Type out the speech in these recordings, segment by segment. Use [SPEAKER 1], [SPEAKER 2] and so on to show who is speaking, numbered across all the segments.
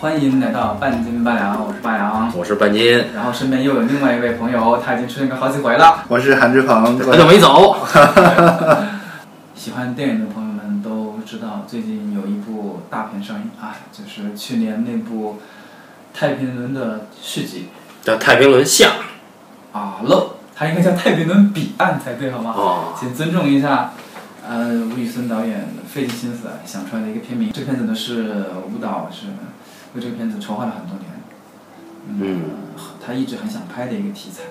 [SPEAKER 1] 欢迎来到半斤八两，我是八两。
[SPEAKER 2] 我是半斤，
[SPEAKER 1] 然后身边又有另外一位朋友，他已经出现过好几回了。
[SPEAKER 3] 我是韩志鹏，
[SPEAKER 2] 很久没走。
[SPEAKER 1] 喜欢电影的朋友们都知道，最近有一部大片上映啊，就是去年那部《太平轮》的续集
[SPEAKER 2] 叫太平轮下
[SPEAKER 1] 啊漏，它应该叫《太平轮彼岸》才对，好吗？
[SPEAKER 2] 哦，
[SPEAKER 1] 请尊重一下，呃，吴宇森导演费尽心思啊想出来的一个片名。这片子呢是舞蹈是为这个片子筹划了很多年，
[SPEAKER 2] 嗯，
[SPEAKER 1] 他一直很想拍的一个题材。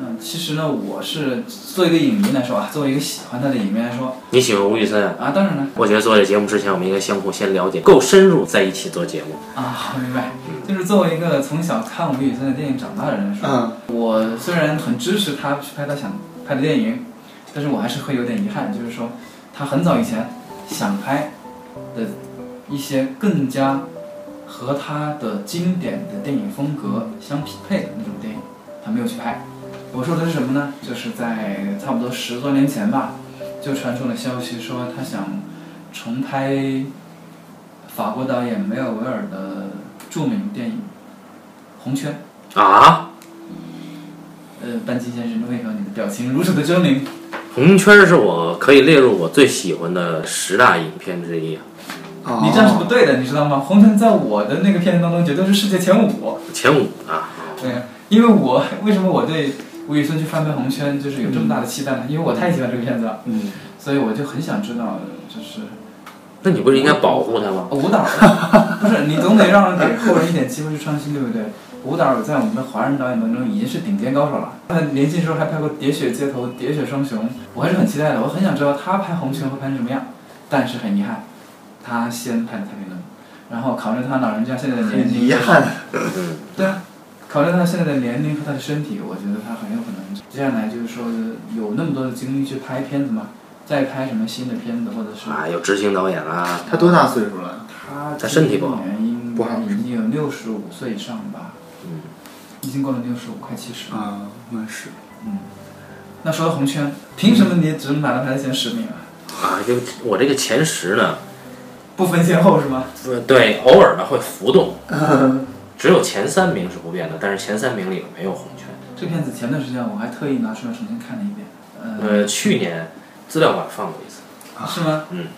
[SPEAKER 1] 嗯，其实呢，我是作为一个影迷来说啊，作为一个喜欢他的影迷来说
[SPEAKER 2] 你喜欢吴宇森啊？
[SPEAKER 1] 啊，当然了
[SPEAKER 2] 我觉得做这节目之前，我们应该相互先了解，够深入，在一起做节目。
[SPEAKER 1] 啊，好明白，就是作为一个从小看吴宇森的电影长大的人来说，
[SPEAKER 3] 嗯，
[SPEAKER 1] 我虽然很支持他去拍他想拍的电影，但是我还是会有点遗憾，就是说他很早以前想拍的一些更加和他的经典的电影风格相匹配的那种电影，他没有去拍。我说的是什么呢？就是在差不多十多年前吧，就传出了消息说他想重拍法国导演梅尔维尔的著名电影《红圈》。
[SPEAKER 2] 啊，
[SPEAKER 1] 呃，班级先生，为何你的表情如此的狰狞？
[SPEAKER 2] 红圈是我可以列入我最喜欢的十大影片之一，啊
[SPEAKER 3] 哦
[SPEAKER 1] 你这样是不对的，你知道吗？红尘在我的那个片子当中绝对是世界前五。
[SPEAKER 2] 前五啊。
[SPEAKER 1] 对，因为我为什么我对吴宇森去翻拍《红圈》就是有这么大的期待呢？因为我太喜欢这个片子了，
[SPEAKER 3] 嗯，
[SPEAKER 1] 所以我就很想知道，就是
[SPEAKER 2] 那你不是应该保护他吗？
[SPEAKER 1] 舞蹈，不是你总得让人给后人一点机会去创新，对不对？舞蹈在我们的华人导演当中已经是顶尖高手了。他年轻时候还拍过《喋血街头》《喋血双雄》，我还是很期待的，我很想知道他拍《红拳》会拍成什么样。但是很遗憾，他先拍的《太平轮》，然后考虑他老人家现在的年
[SPEAKER 3] 很
[SPEAKER 1] 龄，
[SPEAKER 3] 遗憾，
[SPEAKER 2] 嗯，
[SPEAKER 1] 对啊，考虑他现在的年龄和他的身体，我觉得他很有可能接下来就是说有那么多的精力去拍片子嘛，再拍什么新的片子或者是
[SPEAKER 2] 啊，有执行导演啊，
[SPEAKER 3] 他多大岁数了？
[SPEAKER 1] 他
[SPEAKER 2] 他身体不好
[SPEAKER 1] 今年应
[SPEAKER 3] 不好
[SPEAKER 1] 该已经有六十五岁以上吧，
[SPEAKER 2] 嗯，
[SPEAKER 1] 已经过了六十五，快七十。
[SPEAKER 3] 啊，那是，
[SPEAKER 1] 嗯，那说到红圈，凭什么你只能把它排在前十名啊？
[SPEAKER 2] 啊，就我这个前十呢，
[SPEAKER 1] 不分先后是吗？
[SPEAKER 2] 不是对，偶尔呢会浮 动，只有前三名是不变的，但是前三名里没有红圈。
[SPEAKER 1] 这片子前段时间我还特意拿出来重新看了一遍，呃，
[SPEAKER 2] 呃，去年资料馆放过一次，
[SPEAKER 3] 啊
[SPEAKER 1] 是吗？
[SPEAKER 2] 嗯，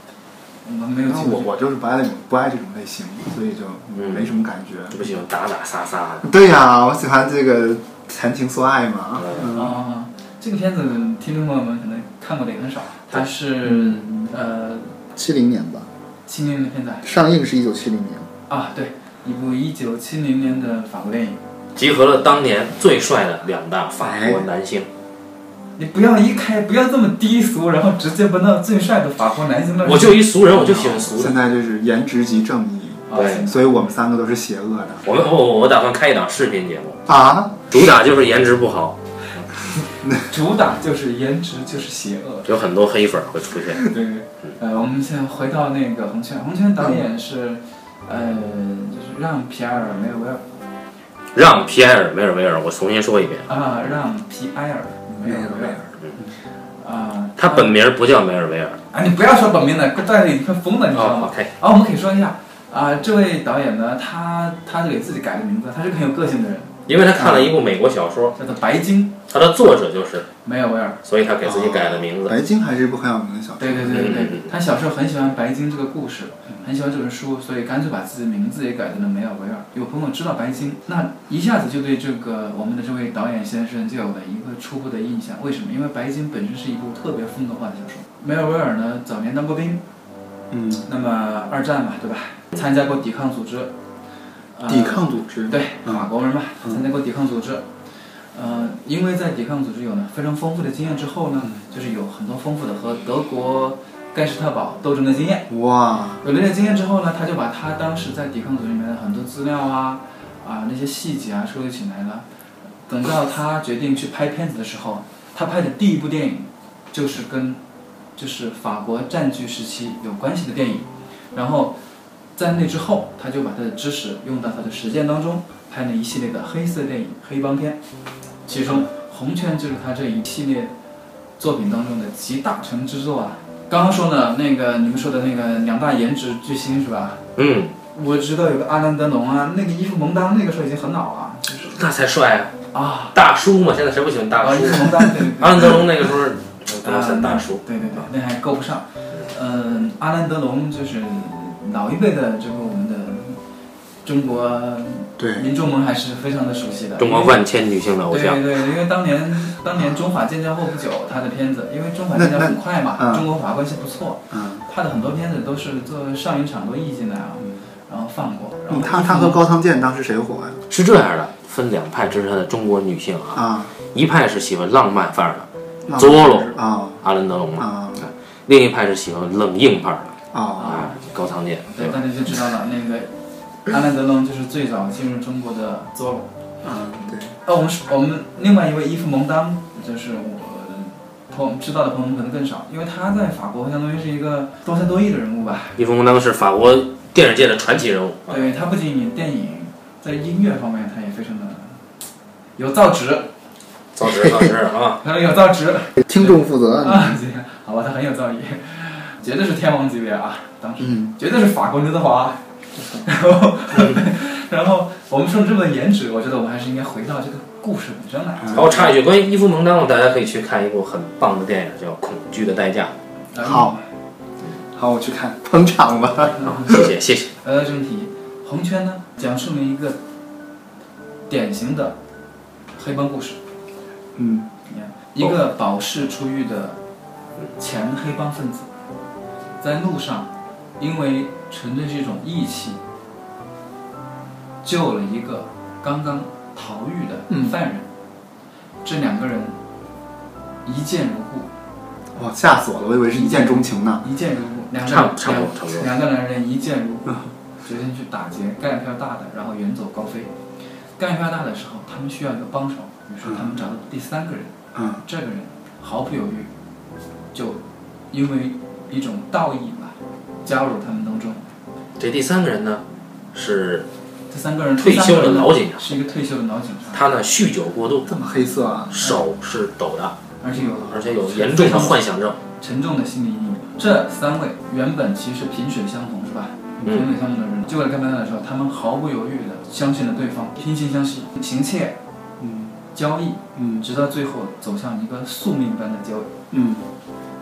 [SPEAKER 1] 我们没有
[SPEAKER 3] 然
[SPEAKER 1] 机会
[SPEAKER 3] 后我
[SPEAKER 1] 去
[SPEAKER 3] 我就是不爱不爱这种类型，所以就没什么感觉。
[SPEAKER 2] 这不喜欢打打杀杀的，
[SPEAKER 3] 对呀、我喜欢这个谈情说爱嘛。
[SPEAKER 2] 呃
[SPEAKER 1] 啊、
[SPEAKER 3] 嗯，
[SPEAKER 1] 这个片子听众朋友们可能看过的也很少，它是、
[SPEAKER 2] 嗯
[SPEAKER 1] 呃
[SPEAKER 3] 七零年吧，
[SPEAKER 1] 七零年的片子
[SPEAKER 3] 上映是一九七零年。
[SPEAKER 1] 啊，对，一部一九七零年的法国电影。
[SPEAKER 2] 集合了当年最帅的两大法国男星。
[SPEAKER 1] 你不要一开，不要这么低俗，然后直接奔到最帅的法国男星那儿去。
[SPEAKER 2] 我就一俗人，我就喜欢俗
[SPEAKER 3] 现
[SPEAKER 2] 的。
[SPEAKER 3] 在就是颜值即正义，
[SPEAKER 1] 啊
[SPEAKER 2] 对
[SPEAKER 1] 行
[SPEAKER 3] 所以我们三个都是邪恶的
[SPEAKER 2] 我们我我我打算开一档视频节目，
[SPEAKER 3] 啊。
[SPEAKER 2] 主打就是颜值不好，
[SPEAKER 1] 主打就是颜值就是邪恶。
[SPEAKER 2] 有很多黑粉会出现。
[SPEAKER 1] 对，呃，我们先回到那个红圈，红圈导演是，呃，就是让皮埃尔梅尔维尔
[SPEAKER 2] 让皮埃尔·梅尔维尔，我重新说一遍，
[SPEAKER 1] 啊，让皮埃尔梅尔维尔啊，
[SPEAKER 2] 他本名不叫梅尔维尔。
[SPEAKER 1] 啊，你不要说本名了，怪已经快疯了，你知道吗？
[SPEAKER 2] 哦，OK，
[SPEAKER 1] 啊，我们可以说一下啊、这位导演呢，他他给自己改的名字，他是个很有个性的人，
[SPEAKER 2] 因为他看了一部美国小说，
[SPEAKER 1] 叫做白金
[SPEAKER 2] 他的作者就是，
[SPEAKER 1] 梅尔维尔。
[SPEAKER 2] 所以他给自己改了名字。
[SPEAKER 3] 白金还是一部很有名的小说。
[SPEAKER 1] 对对对对
[SPEAKER 2] 嗯嗯
[SPEAKER 1] 对嗯
[SPEAKER 2] 嗯，
[SPEAKER 1] 他小时候很喜欢白金这个故事，很喜欢这本书，所以干脆把自己的名字也改成了梅尔维尔。有朋友知道白金，那一下子就对这个我们的这位导演先生就有了一个初步的印象。为什么？因为白金本身是一部特别风格化的小说。梅尔维尔呢，早年当过兵，
[SPEAKER 3] 嗯，
[SPEAKER 1] 那么二战嘛，对吧？参加过抵抗组织，呃
[SPEAKER 3] 抵抗组织。
[SPEAKER 1] 对，
[SPEAKER 3] 嗯
[SPEAKER 1] 法国人嘛，
[SPEAKER 3] 嗯
[SPEAKER 1] 参加过抵抗组织。呃，因为在抵抗组织有了非常丰富的经验之后呢，就是有很多丰富的和德国盖世特堡斗争的经
[SPEAKER 3] 嗯
[SPEAKER 1] 验。
[SPEAKER 3] 哇，
[SPEAKER 1] 有了这些经验之后呢，他就把他当时在抵抗组织里面的很多资料啊、啊那些细节啊收集起来了。等到他决定去拍片子的时候，他拍的第一部电影就是跟就是法国占据时期有关系的电影。然后在那之后，他就把他的知识用到他的实践当中，拍了一系列的黑色电影、黑帮片，其中《红圈》就是他这一系列作品当中的集大成之作啊。刚刚说呢，那个你们说的那个两大颜值巨星是吧？
[SPEAKER 2] 嗯，
[SPEAKER 1] 我知道有个阿兰德龙啊，那个伊芙蒙当那个时候已经很老了，就是
[SPEAKER 2] 那才帅啊！
[SPEAKER 1] 啊，
[SPEAKER 2] 大叔嘛，现在谁不喜欢大
[SPEAKER 1] 啊，伊
[SPEAKER 2] 叔？
[SPEAKER 1] 芙蒙当对对对
[SPEAKER 2] 阿兰德龙那个时候嗯不 能算大叔，
[SPEAKER 1] 呃对对对，那还够不上。嗯、阿兰德龙就是老一辈的这个我们的中国
[SPEAKER 3] 对，
[SPEAKER 1] 民众们还是非常的熟悉的。
[SPEAKER 2] 中国万千女性的偶像。
[SPEAKER 1] 对对对，因为当年当年中法建交后不久，他的片子，因为中法建交很快
[SPEAKER 3] 那
[SPEAKER 1] 嘛，
[SPEAKER 3] 那嗯
[SPEAKER 1] 中国法关系不错，
[SPEAKER 3] 嗯，
[SPEAKER 1] 他的很多片子都是做上影厂都译进来啊
[SPEAKER 3] 嗯，
[SPEAKER 1] 然后放过。然后
[SPEAKER 3] 嗯他他和高仓健当时谁火啊呀？
[SPEAKER 2] 是这样的，分两派支持他的中国女性啊，
[SPEAKER 3] 啊，
[SPEAKER 2] 一派是喜欢浪漫范儿的
[SPEAKER 3] 那
[SPEAKER 2] 佐罗
[SPEAKER 3] 啊
[SPEAKER 2] 阿兰德龙嘛，
[SPEAKER 3] 啊
[SPEAKER 2] 另一派是喜欢冷硬派儿的
[SPEAKER 3] 啊，
[SPEAKER 2] 啊高仓健，对
[SPEAKER 1] 对
[SPEAKER 2] 吧？
[SPEAKER 1] 大家就知道了，那个阿兰德龙就是最早进入中国的佐罗。
[SPEAKER 3] 嗯，对，
[SPEAKER 1] 呃，我们是我们另外一位伊芙蒙当，就是我朋友知道的朋友们可能更少，因为他在法国相当于是一个多才多艺的人物吧。
[SPEAKER 2] 伊芙蒙当是法国电影界的传奇人物，啊
[SPEAKER 1] 对他不仅演电影，在音乐方面他也非常的有造诣，
[SPEAKER 2] 造纸造纸啊，
[SPEAKER 1] 他有造诣
[SPEAKER 3] 听众负责，
[SPEAKER 1] 啊， 这个好吧，他很有造诣，绝对是天王级别啊，当时
[SPEAKER 3] 嗯，
[SPEAKER 1] 绝对是法国刘德华。 然后，然后我们说这么多颜值，我觉得我们还是应该回到这个故事本身来。啊
[SPEAKER 2] 然后插一句，关于伊芙蒙当，大家可以去看一部很棒的电影，叫《恐惧的代价
[SPEAKER 1] 然后
[SPEAKER 3] 好，好，我去看，捧场吧。》
[SPEAKER 2] 啊，谢谢谢谢，
[SPEAKER 1] 来到正题，红圈呢，讲述了一个典型的黑帮故事。
[SPEAKER 3] 嗯，
[SPEAKER 1] 你看，一个保释出狱的前黑帮分子，在路上因为纯粹是一种义气，救了一个刚刚逃狱
[SPEAKER 2] 嗯
[SPEAKER 1] 的犯人。这两个人一见如故，
[SPEAKER 3] 哇，吓死我了，我以为是一见钟情呢。
[SPEAKER 1] 一见如故，两个
[SPEAKER 2] 差
[SPEAKER 1] 人
[SPEAKER 2] 不差不多差不多，嗯
[SPEAKER 1] 两个男人一见如故，决定去打劫干一票大的，然后远走高飞。干一票大的时候，他们需要一个帮手，于是他们找到第三个人，
[SPEAKER 3] 嗯
[SPEAKER 1] 这个人毫不犹豫，就因为一种道义吧，加入了他们当中。
[SPEAKER 2] 这第三个人呢是
[SPEAKER 1] 这三个人
[SPEAKER 2] 退休的老警察，
[SPEAKER 1] 是一个退休的老警察，
[SPEAKER 2] 他呢酗酒过度，
[SPEAKER 3] 这么黑色啊？
[SPEAKER 2] 手是抖的，
[SPEAKER 1] 而且有
[SPEAKER 2] 而且有严重的幻想症。
[SPEAKER 1] 沉重的心理阴影。这三位原本其实萍水相逢，是吧？
[SPEAKER 2] 嗯
[SPEAKER 1] 萍水相逢的人，就为了干班的时候，他们毫不犹豫的相信了对方，惺惺相惜，情切
[SPEAKER 3] 嗯
[SPEAKER 1] 交易，
[SPEAKER 3] 嗯
[SPEAKER 1] 直到最后走向一个宿命般的交易。
[SPEAKER 3] 嗯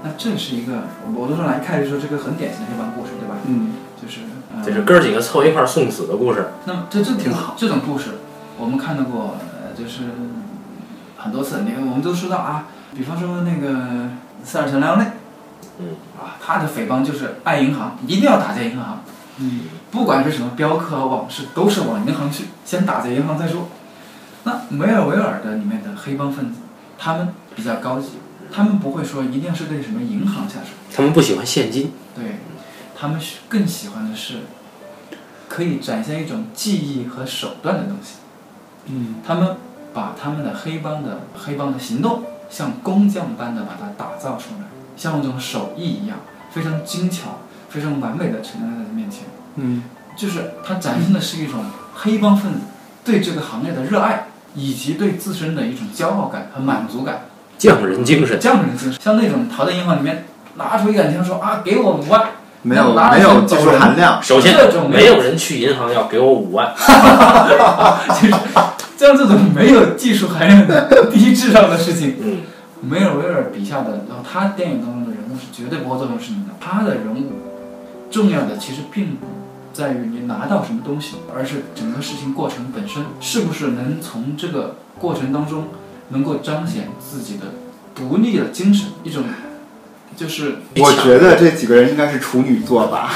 [SPEAKER 1] 那这是一个，我都说来看就说这个很典型的黑帮故事，对吧？
[SPEAKER 3] 嗯，
[SPEAKER 1] 就是，呃、
[SPEAKER 2] 这是哥儿几个凑一块儿送死的故事，
[SPEAKER 1] 那么这这
[SPEAKER 3] 挺好。
[SPEAKER 1] 这种故事我们看到过，呃就是很多次。你看，我们都知道啊，比方说那个塞尔陈良内，
[SPEAKER 2] 嗯，
[SPEAKER 1] 啊，他的匪帮就是爱银行，一定要打劫银行，
[SPEAKER 3] 嗯
[SPEAKER 1] 不管是什么镖客啊、往事，都是往银行去，先打劫银行再说。那梅尔维尔的里面的黑帮分子，他们比较高级，他们不会说一定是对什么银行下手，
[SPEAKER 2] 他们不喜欢现金，
[SPEAKER 1] 对，他们是更喜欢的是可以展现一种技艺和手段的东西。
[SPEAKER 3] 嗯
[SPEAKER 1] 他们把他们的黑帮的黑帮的行动，像工匠般的把它打造出来，像一种手艺一样，非常精巧、非常完美的呈现在他面前。
[SPEAKER 3] 嗯
[SPEAKER 1] 就是它展现的是一种黑帮分子对这个行业的热爱，以及对自身的一种骄傲感和满足感，
[SPEAKER 2] 匠人精神。
[SPEAKER 1] 这样的人精神。像那种逃在银行里面拿出一杆枪说啊，给我五万，
[SPEAKER 3] 没有
[SPEAKER 1] 那
[SPEAKER 3] 没有
[SPEAKER 1] 垃圾
[SPEAKER 3] 技
[SPEAKER 1] 走
[SPEAKER 3] 术
[SPEAKER 1] 人
[SPEAKER 3] 含量。
[SPEAKER 2] 首先
[SPEAKER 1] 这，种
[SPEAKER 2] 没有人去银行要给我五万，
[SPEAKER 1] 就是像这种没有技术含量的低智商的事情。
[SPEAKER 2] 嗯，
[SPEAKER 1] 梅尔维尔笔下的，然后他电影当中的人物是绝对不会做这种事情的。他的人物重要的其实并不在于你拿到什么东西，而是整个事情过程本身是不是能从这个过程当中能够彰显自己的独立的精神，一种就是
[SPEAKER 3] 我觉得这几个人应该是处女座吧？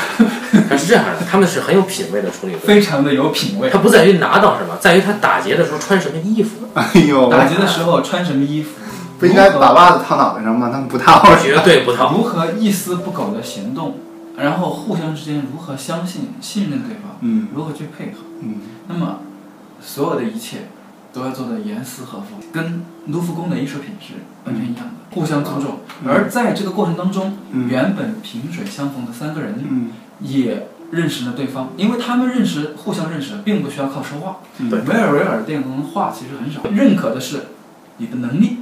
[SPEAKER 2] 他是这样的，他们是很有品位的处理队。
[SPEAKER 1] 非常的有品位
[SPEAKER 3] 哦
[SPEAKER 2] 他。不在于拿到什么，在于他打劫的时候穿什么衣服，
[SPEAKER 3] 哎呦，
[SPEAKER 1] 打劫的时候穿什么衣服，
[SPEAKER 3] 不应该把袜子套脑袋上吗？他们不套。
[SPEAKER 2] 绝对不套。
[SPEAKER 1] 如何一丝不苟的行动，然后互相之间如何相信、信任对方，
[SPEAKER 3] 嗯
[SPEAKER 1] 如何去配合。
[SPEAKER 3] 嗯
[SPEAKER 1] 那么，所有的一切都要做得严丝合缝，跟卢浮宫的艺术品质完全一样的，互相尊重。
[SPEAKER 3] 嗯
[SPEAKER 1] 而在这个过程当中，
[SPEAKER 3] 嗯
[SPEAKER 1] 原本萍水相逢的三个人
[SPEAKER 3] 嗯
[SPEAKER 1] 也认识了对方，因为他们认识，互相认识，并不需要靠说话。
[SPEAKER 3] 嗯
[SPEAKER 2] 对
[SPEAKER 1] 梅尔维尔电影中的话其实很少，认可的是你的能
[SPEAKER 3] 嗯
[SPEAKER 1] 力，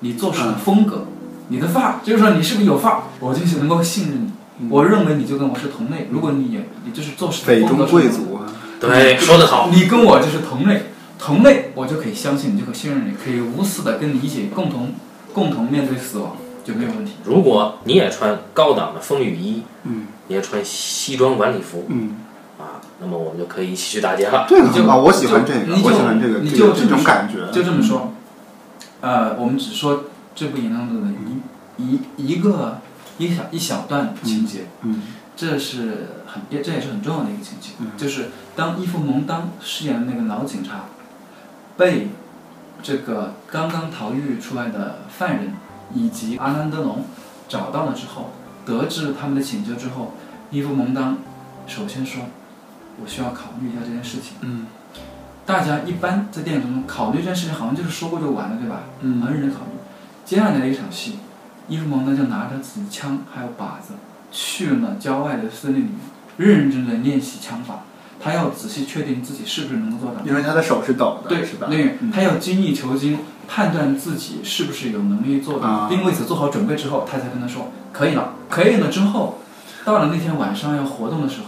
[SPEAKER 1] 你做事的风格，你的范儿，就是说你是不是有范儿，我就是能够信任你。我认为你就跟我是同类，如果你也你就是做事
[SPEAKER 3] 嗯匪
[SPEAKER 1] 风格
[SPEAKER 3] 中
[SPEAKER 1] 是
[SPEAKER 3] 贵
[SPEAKER 1] 同
[SPEAKER 3] 族啊，
[SPEAKER 2] 对，说得好，
[SPEAKER 1] 你跟我就是同类，同类我就可以相信你，就可以信任你，可以无私的跟你一起共同共同面对死亡，就没有问题。
[SPEAKER 2] 如果你也穿高档的风雨衣，
[SPEAKER 3] 嗯
[SPEAKER 2] 你也穿西装晚礼服
[SPEAKER 3] 嗯，
[SPEAKER 2] 啊，那么我们就可以一起去大街了。
[SPEAKER 3] 这个
[SPEAKER 1] 你就
[SPEAKER 3] 很好，我喜欢
[SPEAKER 1] 就
[SPEAKER 3] 这个
[SPEAKER 1] 你，就
[SPEAKER 3] 我喜欢这个
[SPEAKER 1] 你
[SPEAKER 3] 这
[SPEAKER 1] 就
[SPEAKER 3] 个
[SPEAKER 1] 这
[SPEAKER 3] 这
[SPEAKER 1] 么
[SPEAKER 3] 种
[SPEAKER 1] 说
[SPEAKER 3] 感觉，
[SPEAKER 1] 就这么说，呃，我们只说这部影片中的一一一个一小一小段情节，
[SPEAKER 3] 嗯，
[SPEAKER 1] 这是很也这也是很重要的一个情节，
[SPEAKER 3] 嗯
[SPEAKER 1] 就是当伊芙蒙当饰演的那个老警察被这个刚刚逃狱出来的犯人以及阿兰德龙找到了之后，得知他们的请求之后，伊芙蒙当首先说：“我需要考虑一下这件事情。”
[SPEAKER 3] 嗯，
[SPEAKER 1] 大家一般在电影中考虑这件事情，好像就是说过就完了，对吧？
[SPEAKER 3] 嗯
[SPEAKER 1] 很认真考虑。接下来的一场戏，伊芙蒙呢就拿着自己的枪还有靶子，去了郊外的森林里面，认认真真地练习枪法。他要仔细确定自己是不是能够做到。
[SPEAKER 3] 因为他的手是抖的，
[SPEAKER 1] 对，
[SPEAKER 3] 是吧？
[SPEAKER 1] 那个
[SPEAKER 3] 嗯
[SPEAKER 1] 他要精益求精，判断自己是不是有能力做到，
[SPEAKER 3] 啊
[SPEAKER 1] 并为此做好准备之后，他才跟他说可以了，可以了之后，到了那天晚上要活动的时候，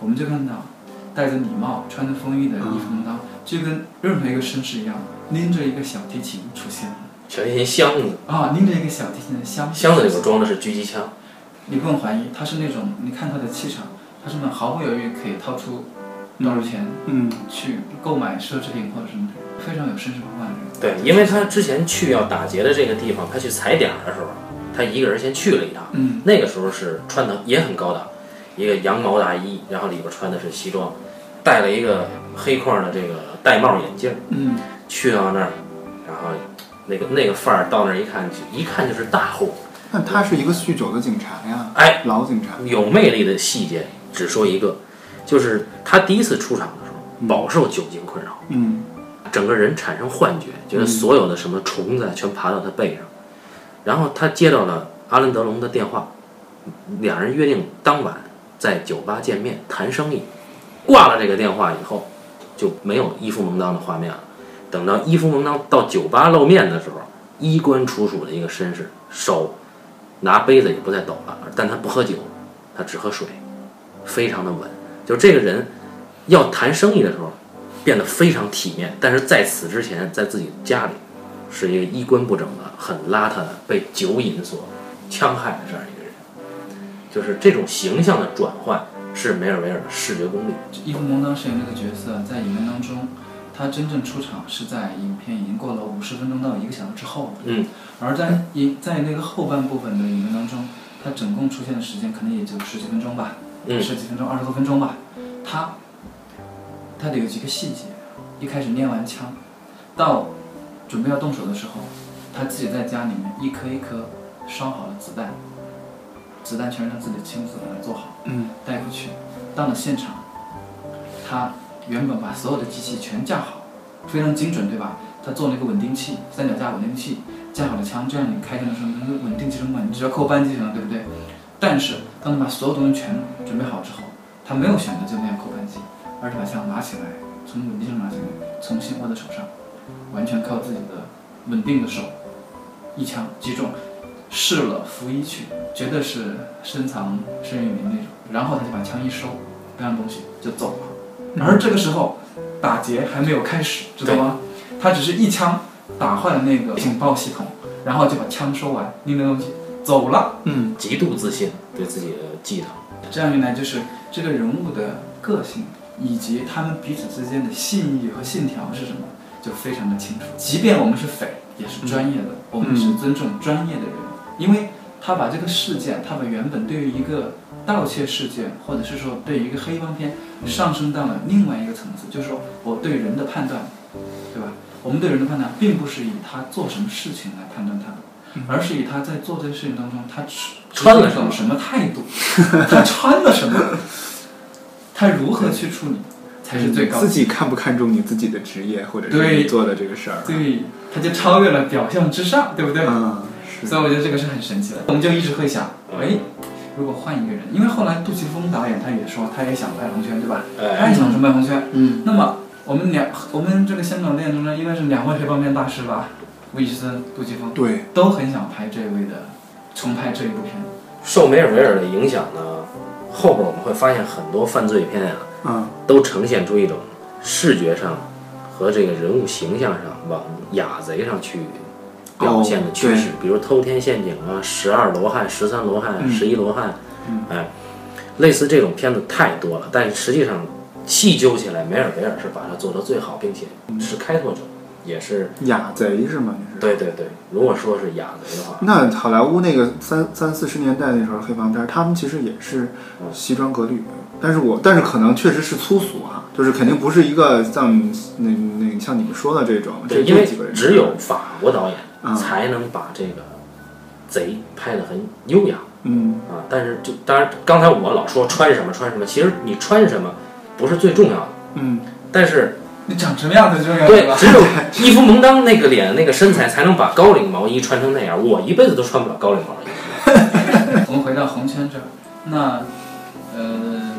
[SPEAKER 1] 我们就看到戴着礼帽、穿着风衣的伊芙蒙当，就跟任何一个绅士一样，拎着一个小提琴出现了
[SPEAKER 2] 小提琴箱子，
[SPEAKER 1] 啊，拎着一个小提琴的箱
[SPEAKER 2] 箱子里边装的是狙击枪，
[SPEAKER 1] 你不用怀疑，他是那种你看他的气场，他是那种毫不犹豫可以掏出多少钱
[SPEAKER 3] 嗯
[SPEAKER 1] 去购买奢侈品或者什么的，非常有绅士风范的人。
[SPEAKER 2] 对，因为他之前去要打劫的这个地方，他去踩点儿的时候，他一个人先去了一趟，
[SPEAKER 1] 嗯，
[SPEAKER 2] 那个时候是穿的也很高档，一个羊毛大衣，然后里边穿的是西装，戴了一个黑框的这个戴帽眼镜，
[SPEAKER 1] 嗯，
[SPEAKER 2] 去到那儿，然后那个那个范儿到那儿一看，一看就是大户，
[SPEAKER 3] 但他是一个酗酒的警察呀，
[SPEAKER 2] 哎，
[SPEAKER 3] 老警察，
[SPEAKER 2] 有魅力的细节只说一个，就是他第一次出场的时候，饱受酒精困扰。
[SPEAKER 3] 嗯
[SPEAKER 2] 整个人产生幻觉，觉得所有的什么虫子啊全爬到他背上。然后他接到了阿兰德龙的电话，两人约定当晚在酒吧见面谈生意。挂了这个电话以后，就没有伊夫蒙当的画面了。等到伊夫蒙当到酒吧露面的时候，衣冠楚楚的一个绅士，手拿杯子也不再抖了，但他不喝酒，他只喝水，非常的稳。就这个人要谈生意的时候，变得非常体面，但是在此之前，在自己家里是一个衣冠不整的、很邋遢的、被酒瘾所戕害的这样一个人，就是这种形象的转换是梅尔维尔的视觉功力。
[SPEAKER 1] 伊芙蒙当饰演这个角色，在影片当中，他真正出场是在影片已经过了五十分钟到一个小时之后。
[SPEAKER 2] 嗯。
[SPEAKER 1] 而在影在那个后半部分的影片当中，他总共出现的时间可能也就十几分钟吧，
[SPEAKER 2] 嗯
[SPEAKER 1] 十几分钟、二十多分钟吧。他，他的有几个细节，一开始练完枪，到准备要动手的时候，他自己在家里面一颗一颗烧好了子弹，子弹全是他自己亲自把它做好。
[SPEAKER 3] 嗯
[SPEAKER 1] 带过去，到了现场，他原本把所有的机器全架好，非常精准，对吧？他做了一个稳定器，三脚架稳定器，架好了枪，这样你开枪的时候，那个稳定器什么，你只要扣扳机就行了，对不对？但是当他把所有东西全准备好之后，他没有选择就那样扣扳机，而是把枪拿起来，从稳定上拿起来，重新握在手上，完全靠自己的稳定的手，一枪击中，试了服一去，绝对是深藏深渊里那种。然后他就把枪一收，不让东西就走了。而这个时候，打劫还没有开始，知道吗？他只是一枪打坏了那个警报系统，然后就把枪收完，拎着东西走了。
[SPEAKER 3] 嗯
[SPEAKER 2] 极度自信，对自己的技能。
[SPEAKER 1] 这样一来，就是这个人物的个性以及他们彼此之间的信义和信条是什么，就非常的清楚。即便我们是匪，也是专业的，我们是尊重专业的人，因为他把这个事件，他把原本对于一个盗窃事件，或者是说对于一个黑帮片，上升到了另外一个层次，就是说我对人的判断，对吧？我们对人的判断，并不是以他做什么事情来判断他。而是以他在做这个事情当中，他持
[SPEAKER 2] 穿了
[SPEAKER 1] 持
[SPEAKER 2] 什
[SPEAKER 1] 一种
[SPEAKER 2] 么
[SPEAKER 1] 什么态度，他穿了什么，他如何去处理，才是最高
[SPEAKER 3] 自
[SPEAKER 1] 的。
[SPEAKER 3] 己看不看重你自己的职业，或者是
[SPEAKER 1] 对
[SPEAKER 3] 你做的这个事儿，啊
[SPEAKER 1] 对，他就超越了表象之上，对不对？
[SPEAKER 3] 嗯，
[SPEAKER 1] 所
[SPEAKER 3] 是，
[SPEAKER 1] 以我觉得这个是很神奇的。我们就一直会想，哎，如果换一个人，因为后来杜琪峰导演他也说，他也想拍红圈，对吧？他也
[SPEAKER 2] 哎，
[SPEAKER 1] 想出卖红圈。
[SPEAKER 3] 嗯
[SPEAKER 1] 那么我们两，我们这个香港电影中呢，应该是两位黑帮片大师吧，吴宇森、杜琪峰。
[SPEAKER 3] 对，
[SPEAKER 1] 都很想拍这一位的重拍这一部片，
[SPEAKER 2] 受梅尔维尔的影响呢，后边我们会发现很多犯罪片啊，
[SPEAKER 3] 嗯，
[SPEAKER 2] 都呈现出一种视觉上和这个人物形象上往雅贼上去表现的趋势，
[SPEAKER 3] 哦
[SPEAKER 2] 比如偷天陷阱啊、十二罗汉、十三罗汉、
[SPEAKER 1] 嗯
[SPEAKER 2] 十一罗汉，
[SPEAKER 3] 嗯
[SPEAKER 2] 哎，类似这种片子太多了。但实际上细究起来，梅尔维尔是把它做得最好，并且
[SPEAKER 3] 嗯
[SPEAKER 2] 是开拓者，也是
[SPEAKER 3] 雅贼是吗？你是？
[SPEAKER 2] 对对对。如果说是雅贼的话，
[SPEAKER 3] 那好莱坞那个三三四十年代那时候黑帮片儿，他们其实也是西装革履，但是我但是可能确实是粗俗啊，就是肯定不是一个像那那像你们说的这种，这
[SPEAKER 2] 对，因为
[SPEAKER 3] 这几个人
[SPEAKER 2] 只有法国导演
[SPEAKER 3] 嗯
[SPEAKER 2] 才能把这个贼拍得很优雅
[SPEAKER 3] 嗯
[SPEAKER 2] 啊。但是就当然，刚才我老说穿什么穿什么，其实你穿什么不是最重要的，
[SPEAKER 3] 嗯
[SPEAKER 2] 但是
[SPEAKER 1] 你长什么样子重要
[SPEAKER 2] 对，
[SPEAKER 1] 吧？
[SPEAKER 2] 只有伊夫蒙当那个脸那个身材才能把高领毛衣穿成那样。我一辈子都穿不了高领毛衣。
[SPEAKER 1] 我们回到红圈这儿，那呃，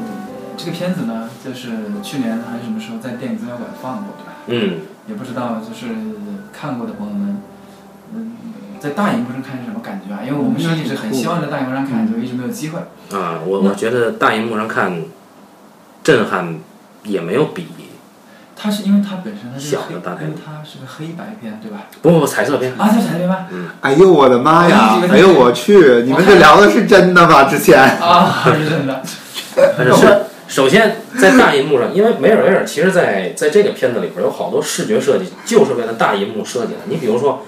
[SPEAKER 1] 这个片子呢，就是去年还是什么时候在电影资料馆放过，
[SPEAKER 2] 嗯，
[SPEAKER 1] 也不知道就是看过的朋友们，嗯，在大荧幕上看是什么感觉啊？因为我们是一直很希望在大荧幕上
[SPEAKER 2] 嗯
[SPEAKER 1] 看，就一直没有机会。
[SPEAKER 2] 啊，我我觉得大荧幕上看，震撼也没有比
[SPEAKER 1] 它是因为它本身它是个
[SPEAKER 2] 小
[SPEAKER 1] 黑，
[SPEAKER 2] 的大概
[SPEAKER 1] 因为它是个黑白片，对吧？
[SPEAKER 2] 不不不彩色片。
[SPEAKER 1] 啊，它是彩片吧？
[SPEAKER 3] 哎呦我的妈呀！哎呦我去！你们这聊的是真的吧？之前
[SPEAKER 1] 啊，是真的。
[SPEAKER 2] 但是是首先在大银幕上，因为梅尔维尔其实在在这个片子里边有好多视觉设计就是为了大银幕设计的。你比如说，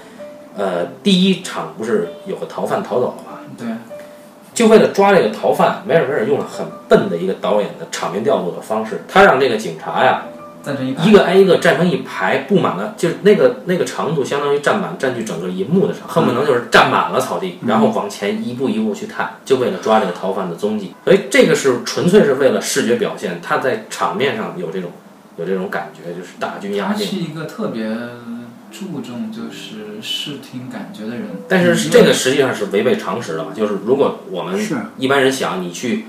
[SPEAKER 2] 呃，第一场不是有个逃犯逃走了吗？
[SPEAKER 1] 对，
[SPEAKER 2] 就为了抓这个逃犯，梅尔维尔用了很笨的一个导演的场面调度的方式，他让这个警察呀
[SPEAKER 1] 赞成一排
[SPEAKER 2] 一。个挨一个站成一排，布满了，就是那个那个长度相当于占满占据整个银幕的长，恨不能就是占满了草地，然后往前一步一步去探，就为了抓这个逃犯的踪迹。所以这个是纯粹是为了视觉表现，他在场面上有这种有这种感觉，就是大军压
[SPEAKER 1] 他
[SPEAKER 2] 境。
[SPEAKER 1] 是一个特别注重就是视听感觉的人，
[SPEAKER 2] 但是这个实际上是违背常识的嘛，就是如果我们
[SPEAKER 3] 是
[SPEAKER 2] 一般人想你去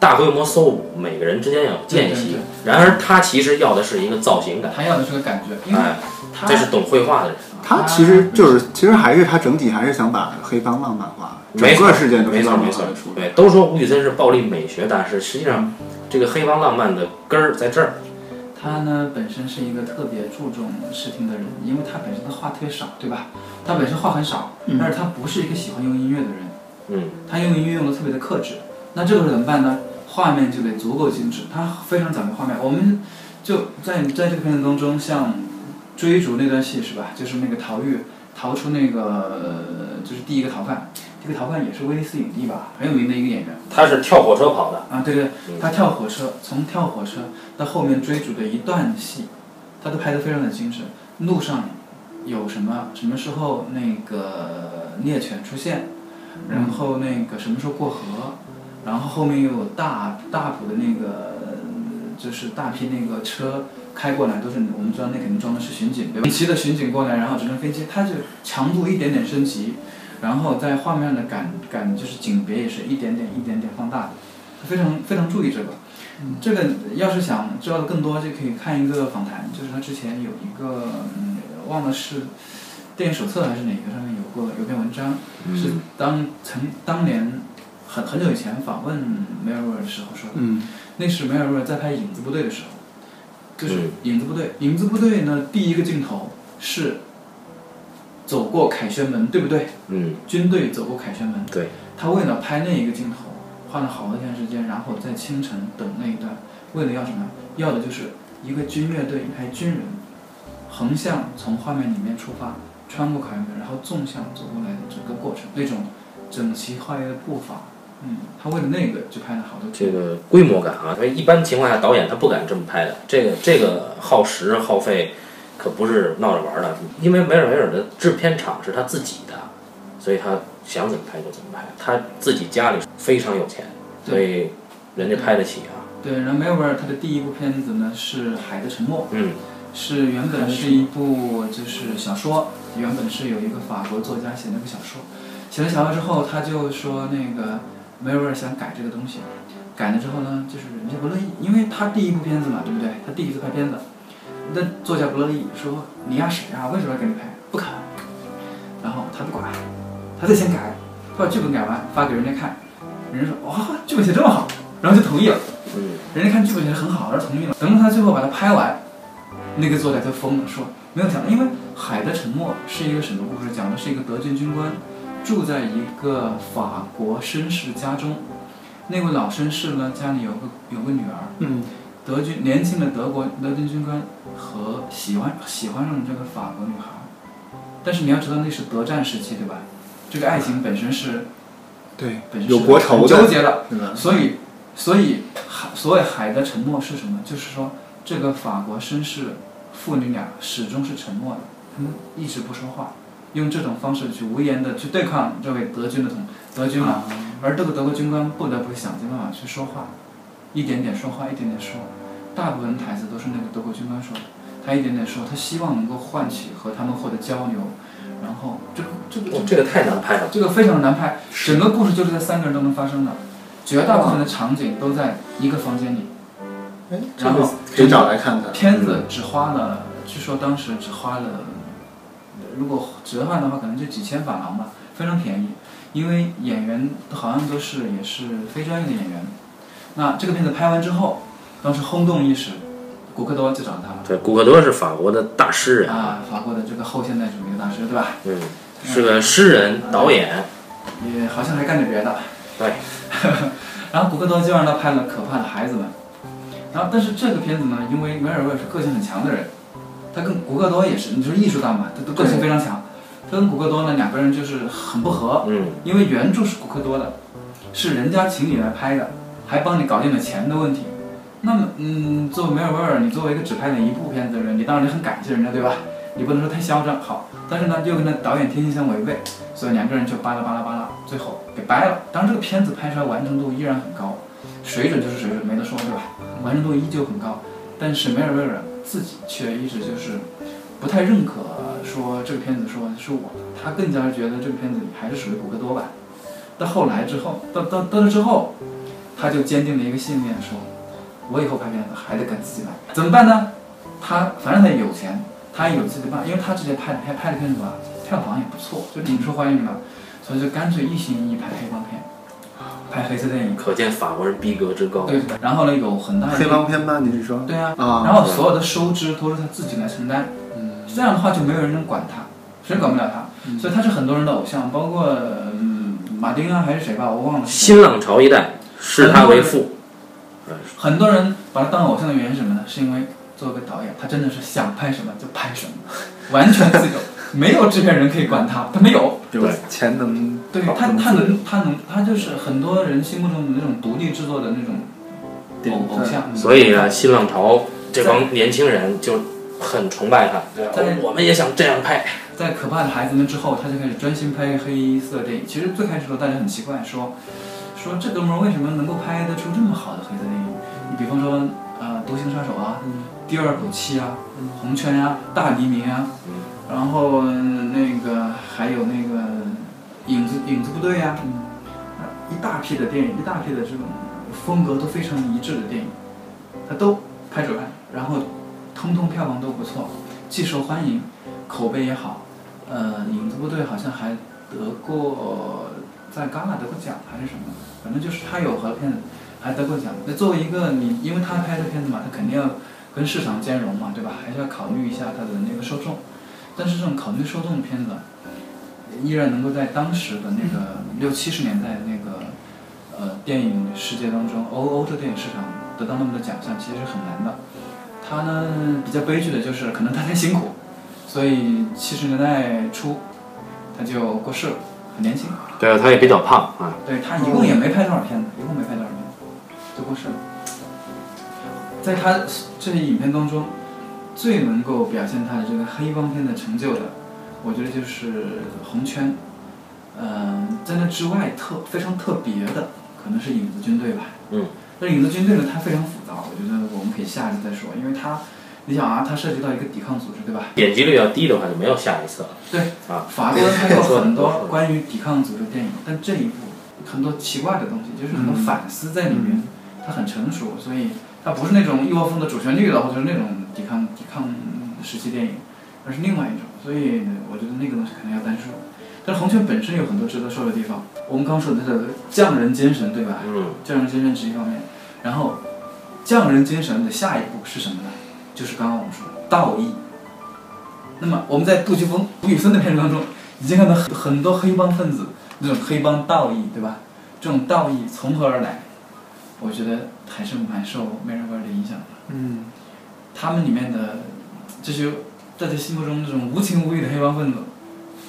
[SPEAKER 2] 大规模搜捕，每个人之间要有间
[SPEAKER 1] 对
[SPEAKER 2] 隙
[SPEAKER 1] 对，
[SPEAKER 2] 然而他其实要的是一个造型感，
[SPEAKER 1] 他要的是个感觉，因为
[SPEAKER 2] 哎，
[SPEAKER 1] 他
[SPEAKER 2] 这是懂绘画的人。
[SPEAKER 3] 他其实就是其实还是他整体还是想把黑帮浪漫化，整
[SPEAKER 2] 没错
[SPEAKER 3] 个事件都
[SPEAKER 2] 没
[SPEAKER 3] 是
[SPEAKER 2] 错
[SPEAKER 3] 浪
[SPEAKER 2] 没
[SPEAKER 3] 漫
[SPEAKER 2] 错
[SPEAKER 3] 化的处，理。
[SPEAKER 2] 对，都说吴宇森是暴力美学大师，实际上这个黑帮浪漫的根儿在这儿。
[SPEAKER 1] 他呢本身是一个特别注重视听的人，因为他本身的话特别少，对吧？他本身话很少，
[SPEAKER 3] 嗯
[SPEAKER 1] 但是他不是一个喜欢用音乐的人，
[SPEAKER 2] 嗯，
[SPEAKER 1] 他用音乐用的特别的克制。那这个时候怎么办呢？画面就得足够精致，他非常讲究画面。我们就在在这个片子当中，像追逐那段戏是吧？就是那个逃狱逃出那个呃就是第一个逃犯，这个逃犯也是威尼斯影帝吧，很有名的一个演员。
[SPEAKER 2] 他是跳火车跑的，
[SPEAKER 1] 啊，对对
[SPEAKER 2] 嗯，
[SPEAKER 1] 他跳火车，从跳火车到后面追逐的一段戏，他都拍得非常的精致。路上有什么？什么时候那个猎犬出现？然后那个什么时候过河？然后后面又有大大埔的那个，呃就是大批那个车开过来，都是我们知道那肯定装的是巡警，对吧？骑的巡警过来，然后直升飞机，它就强度一点点升级，然后在画面上的感感就是景别也是一点点一点点放大的。非常非常注意这个。这个要是想知道的更多，就可以看一个访谈，就是他之前有一个，嗯、忘了是电影手册还是哪个上面有过有篇文章，
[SPEAKER 2] 嗯
[SPEAKER 1] 是当曾当年很很久以前访问梅尔维尔的时候说的，
[SPEAKER 3] 嗯
[SPEAKER 1] 那是梅尔维尔在拍《影子部队》的时候，就是《
[SPEAKER 2] 嗯
[SPEAKER 1] 影子部队》。《影子部队》呢，第一个镜头是走过凯旋门，对不对？
[SPEAKER 2] 嗯，
[SPEAKER 1] 军队走过凯旋门。
[SPEAKER 2] 对。
[SPEAKER 1] 他为了拍那一个镜头，花了好多天时间，然后在清晨等那一段，为了要什么？要的就是一个军乐队，一排军人，横向从画面里面出发，穿过凯旋门，然后纵向走过来的整个过程，那种整齐划一的步伐。嗯，他为了那个就拍了好多
[SPEAKER 2] 这
[SPEAKER 1] 天。
[SPEAKER 2] 个规模感啊，因为一般情况下导演他不敢这么拍的，这个这个耗时耗费可不是闹着玩儿的，因为梅尔维尔的制片厂是他自己的，所以他想怎么拍就怎么拍，他自己家里非常有钱，所以人家拍得起啊。
[SPEAKER 1] 对，然后梅尔维尔他的第一部片子呢是《海的沉默》。
[SPEAKER 2] 嗯，
[SPEAKER 1] 是原本是一部就是小说，原本是有一个法国作家写那个小说，写了小说之后，他就说那个梅尔维尔想改这个东西，改了之后呢，就是人家不乐意，因为他第一部片子嘛，对不对？他第一次拍片子，那作家不乐意，说你呀谁呀，为什么要给你拍？不肯。然后他不管，他再先改，他把剧本改完发给人家看，人家说哇、剧本写这么好，然后就同意了。
[SPEAKER 2] 嗯，
[SPEAKER 1] 人家看剧本写得很好，然后同意了。等到他最后把它拍完，那个作家就疯了，说没有想到，因为《海的沉默》是一个什么故事？讲的是一个德军军官住在一个法国绅士家中，那位老绅士呢家里有个有个女儿，
[SPEAKER 3] 嗯
[SPEAKER 1] 德军年轻的德国德军军官和喜欢喜欢上了这个法国女孩，但是你要知道那是德战时期，对吧？这个爱情本身是
[SPEAKER 3] 对
[SPEAKER 1] 本，身是
[SPEAKER 3] 有国
[SPEAKER 1] 很
[SPEAKER 3] 仇
[SPEAKER 1] 纠
[SPEAKER 3] 的，
[SPEAKER 1] 结的，
[SPEAKER 3] 对吧？
[SPEAKER 1] 所以，所以海所谓海的沉默是什么？就是说，这个法国绅士父女俩始终是沉默的，他们一直不说话，用这种方式去无言的去对抗这位德军的同德军嘛。而这个德国军官不得不想尽办法去说话，一点点说话，一点点说。大部分台词都是那个德国军官说的，他一点点说，他希望能够唤起和他们获得交流。然后这个这个这
[SPEAKER 2] 哦
[SPEAKER 1] 个
[SPEAKER 2] 这个太难拍了。
[SPEAKER 1] 这个非常难拍，整个故事就是在三个人都能发生的，绝大部分的场景都在一个房间里。
[SPEAKER 3] 哎，这
[SPEAKER 1] 然
[SPEAKER 3] 个
[SPEAKER 1] 后
[SPEAKER 3] 可以找来看看。
[SPEAKER 1] 片子只花了，据说当时只花了，如果折换的话，可能就几千法郎吧，非常便宜。因为演员好像都是也是非专业的演员。那这个片子拍完之后，当时轰动一时，古克多就找他
[SPEAKER 2] 对，古克多是法国的大
[SPEAKER 1] 了
[SPEAKER 2] 诗人，
[SPEAKER 1] 啊，法国的这个后现代主义的大师，对吧？
[SPEAKER 2] 嗯，是个诗人、导演，
[SPEAKER 1] 也好像还干点别的。
[SPEAKER 2] 对。
[SPEAKER 1] 然后古克多就让他拍了《可怕的孩子们》，然后但是这个片子呢，因为梅尔维尔是个性很强的人，他跟古克多也是，你说艺术大嘛，他的个性非常强。他跟古克多呢两个人就是很不合，
[SPEAKER 2] 嗯，
[SPEAKER 1] 因为原著是古克多的，是人家请你来拍的，还帮你搞定了钱的问题。那么，嗯，作为梅尔维尔，你作为一个只拍了一部片子的人，你当然很感谢人家，对吧？你不能说太嚣张，好，但是呢，又跟那导演天性相违背，所以两个人就巴拉巴拉巴拉，最后给掰了。当然，这个片子拍出来完成度依然很高，水准就是水准，没得说，对吧？完成度依旧很高，但是梅尔维尔自己却一直就是不太认可说这个片子说是我的，他更加觉得这个片子还是属于古克多吧。到后来之后，到到到了之后，他就坚定了一个信念，说我以后拍片子还得跟自己来，怎么办呢？他反正他也有钱，他也有自己的办法，因为他之前拍拍拍的片子吧，票房也不错，就挺受欢迎的，所以就干脆一心一意拍黑帮片，拍黑色电影。
[SPEAKER 2] 可见法国人逼格之高。
[SPEAKER 1] 对，然后呢，有很大的
[SPEAKER 3] 黑帮片吧，你是说？
[SPEAKER 1] 对啊，
[SPEAKER 3] 啊，
[SPEAKER 1] 然后所有的收支都是他自己来承担，
[SPEAKER 3] 嗯
[SPEAKER 1] 这样的话就没有人能管他，谁管不了他，
[SPEAKER 3] 嗯
[SPEAKER 1] 所以他是很多人的偶像，包括嗯马丁啊还是谁吧，我忘了是谁。
[SPEAKER 2] 新浪潮一代视他为父，
[SPEAKER 1] 很多人把他当偶像的原因是什么呢？是因为作为个导演，他真的是想拍什么就拍什么， 完全 自由，没有制片人可以管他，他没有。
[SPEAKER 3] 有钱能
[SPEAKER 1] 对
[SPEAKER 3] 搞
[SPEAKER 1] 他，
[SPEAKER 3] 公司
[SPEAKER 1] 他能，他能，他就是很多人心目中的那种独立制作的那种
[SPEAKER 3] 点
[SPEAKER 1] 偶偶像
[SPEAKER 3] 赞
[SPEAKER 2] 所以啊呢，新浪潮这帮年轻人就很崇拜他。对吧
[SPEAKER 1] 在
[SPEAKER 2] 我们也想这样拍。
[SPEAKER 1] 在《可怕的孩子们》之后，他就开始专心拍黑色电影。其实最开始的时候，大家很奇怪，说说这哥们儿为什么能够拍得出这么好的黑色电影？你比方说，呃，《独行杀手》啊，
[SPEAKER 3] 嗯
[SPEAKER 1] 第二口气》啊，
[SPEAKER 3] 嗯
[SPEAKER 1] 《红圈》啊，《大黎明》啊，然后呃那个还有那个《影子影子部队》啊，
[SPEAKER 3] 嗯
[SPEAKER 1] 啊一大批的电影，一大批的这种风格都非常一致的电影，他都拍出来，然后通通票房都不错，既受欢迎，口碑也好。呃，影子部队好像还得过呃在戛纳得过奖还是什么，反正就是他有合片子还得过奖。那作为一个你，因为他拍的片子嘛，他肯定要跟市场兼容嘛，对吧？还是要考虑一下他的那个受众。但是这种考虑受众的片子，依然能够在当时的那个六七十年代那个呃电影世界当中，欧欧洲电影市场得到那么多奖项，其实很难的。他呢比较悲剧的就是，可能他太辛苦，所以七十年代初他就过世了，很年轻。
[SPEAKER 2] 对啊，他也比较胖啊。
[SPEAKER 1] 对他一共也没拍多少片子，一共没拍多少片子，就过世了。在他这些影片当中，最能够表现他的这个黑帮片的成就的，我觉得就是《红圈》。嗯、在那之外特非常特别的，可能是《影子军队》吧。
[SPEAKER 2] 嗯。
[SPEAKER 1] 但是《影子军队》呢，它非常复杂，我觉得我们可以下一次再说，因为它，你想啊，它涉及到一个抵抗组织，对吧？
[SPEAKER 2] 点击率要低的话，就没有下一次了。啊
[SPEAKER 1] 法国人他有很多关于抵抗组织的电影，但这一部很多奇怪的东西，就是很多反思在里面，它很成熟，所以它不是那种一窝蜂的主旋律的，或者是那种抵抗抵抗时期电影，而是另外一种，所以我觉得那个东西可能要单说。但是横泉本身有很多值得说的地方。我们刚说的他的匠人精神，对吧？
[SPEAKER 2] 嗯
[SPEAKER 1] 匠人精神是一方面，然后匠人精神的下一步是什么呢？就是刚刚我们说的道义。那么我们在杜琪峰、吴宇森的片子当中，已经看到很很多黑帮分子那种黑帮道义，对吧？这种道义从何而来？我觉得还是蛮受梅人格尔的影响的。
[SPEAKER 3] 嗯
[SPEAKER 1] 他们里面的这些大家心目中这种无情无义的黑帮分子，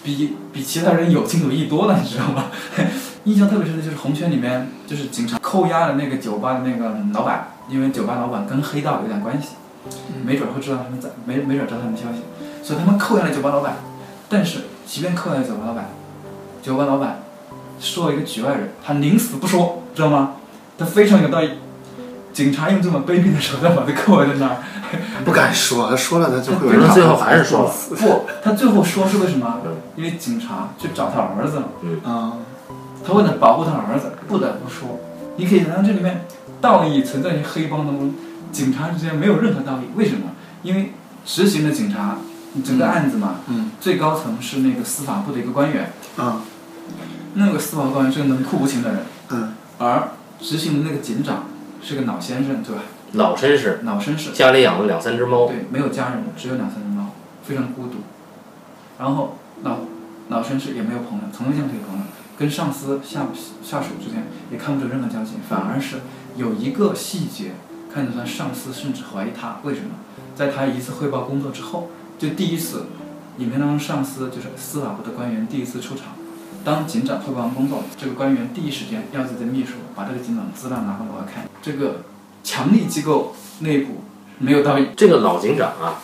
[SPEAKER 1] 比比其他人有情有义多了，你知道吗？ 印象特别深的就是《红圈》里面，就是警察扣押的那个酒吧的那个老板，因为酒吧老板跟黑道有点关系，没准会知道他们在，没没准知道他们消息，所以他们扣押了酒吧老板。但是，即便扣押了酒吧老板，酒吧老板说了一个局外人，他宁死不说，知道吗？他非常有道义。警察用这么卑鄙的手段把他扣押在那儿，
[SPEAKER 3] 不敢说，他说了他就会
[SPEAKER 2] 可
[SPEAKER 3] 有人
[SPEAKER 2] 能最后还是说了
[SPEAKER 1] 不，他最后说是为什么
[SPEAKER 2] 嗯？
[SPEAKER 1] 因为警察去找他儿子了，
[SPEAKER 3] 啊，
[SPEAKER 1] 他为了保护他儿子，不得不说。你可以想象这里面道义存在于黑帮当中，警察之间没有任何道义，为什么？因为执行的警察，整个案子嘛，
[SPEAKER 3] 嗯
[SPEAKER 1] 最高层是那个司法部的一个官员，
[SPEAKER 3] 啊
[SPEAKER 1] 那个司法官员是个冷酷无情的人，
[SPEAKER 3] 嗯
[SPEAKER 1] 而执行的那个警长是个老先生，对吧？
[SPEAKER 2] 老绅士，
[SPEAKER 1] 老绅士，
[SPEAKER 2] 家里养了两三只猫，
[SPEAKER 1] 对，没有家人，只有两三只猫，非常孤独。然后老老绅士也没有朋友，从未见过这个朋友，跟上司下下属之间也看不出任何交集，反而是有一个细节看得出来，上司甚至怀疑他，为什么？在他一次汇报工作之后，就第一次，影片当中上司就是司法部的官员第一次出场。当警长汇报完工作，这个官员第一时间要自己的秘书把这个警长资料拿过来我要看。这个强力机构内部没有道义，
[SPEAKER 2] 这个老警长啊，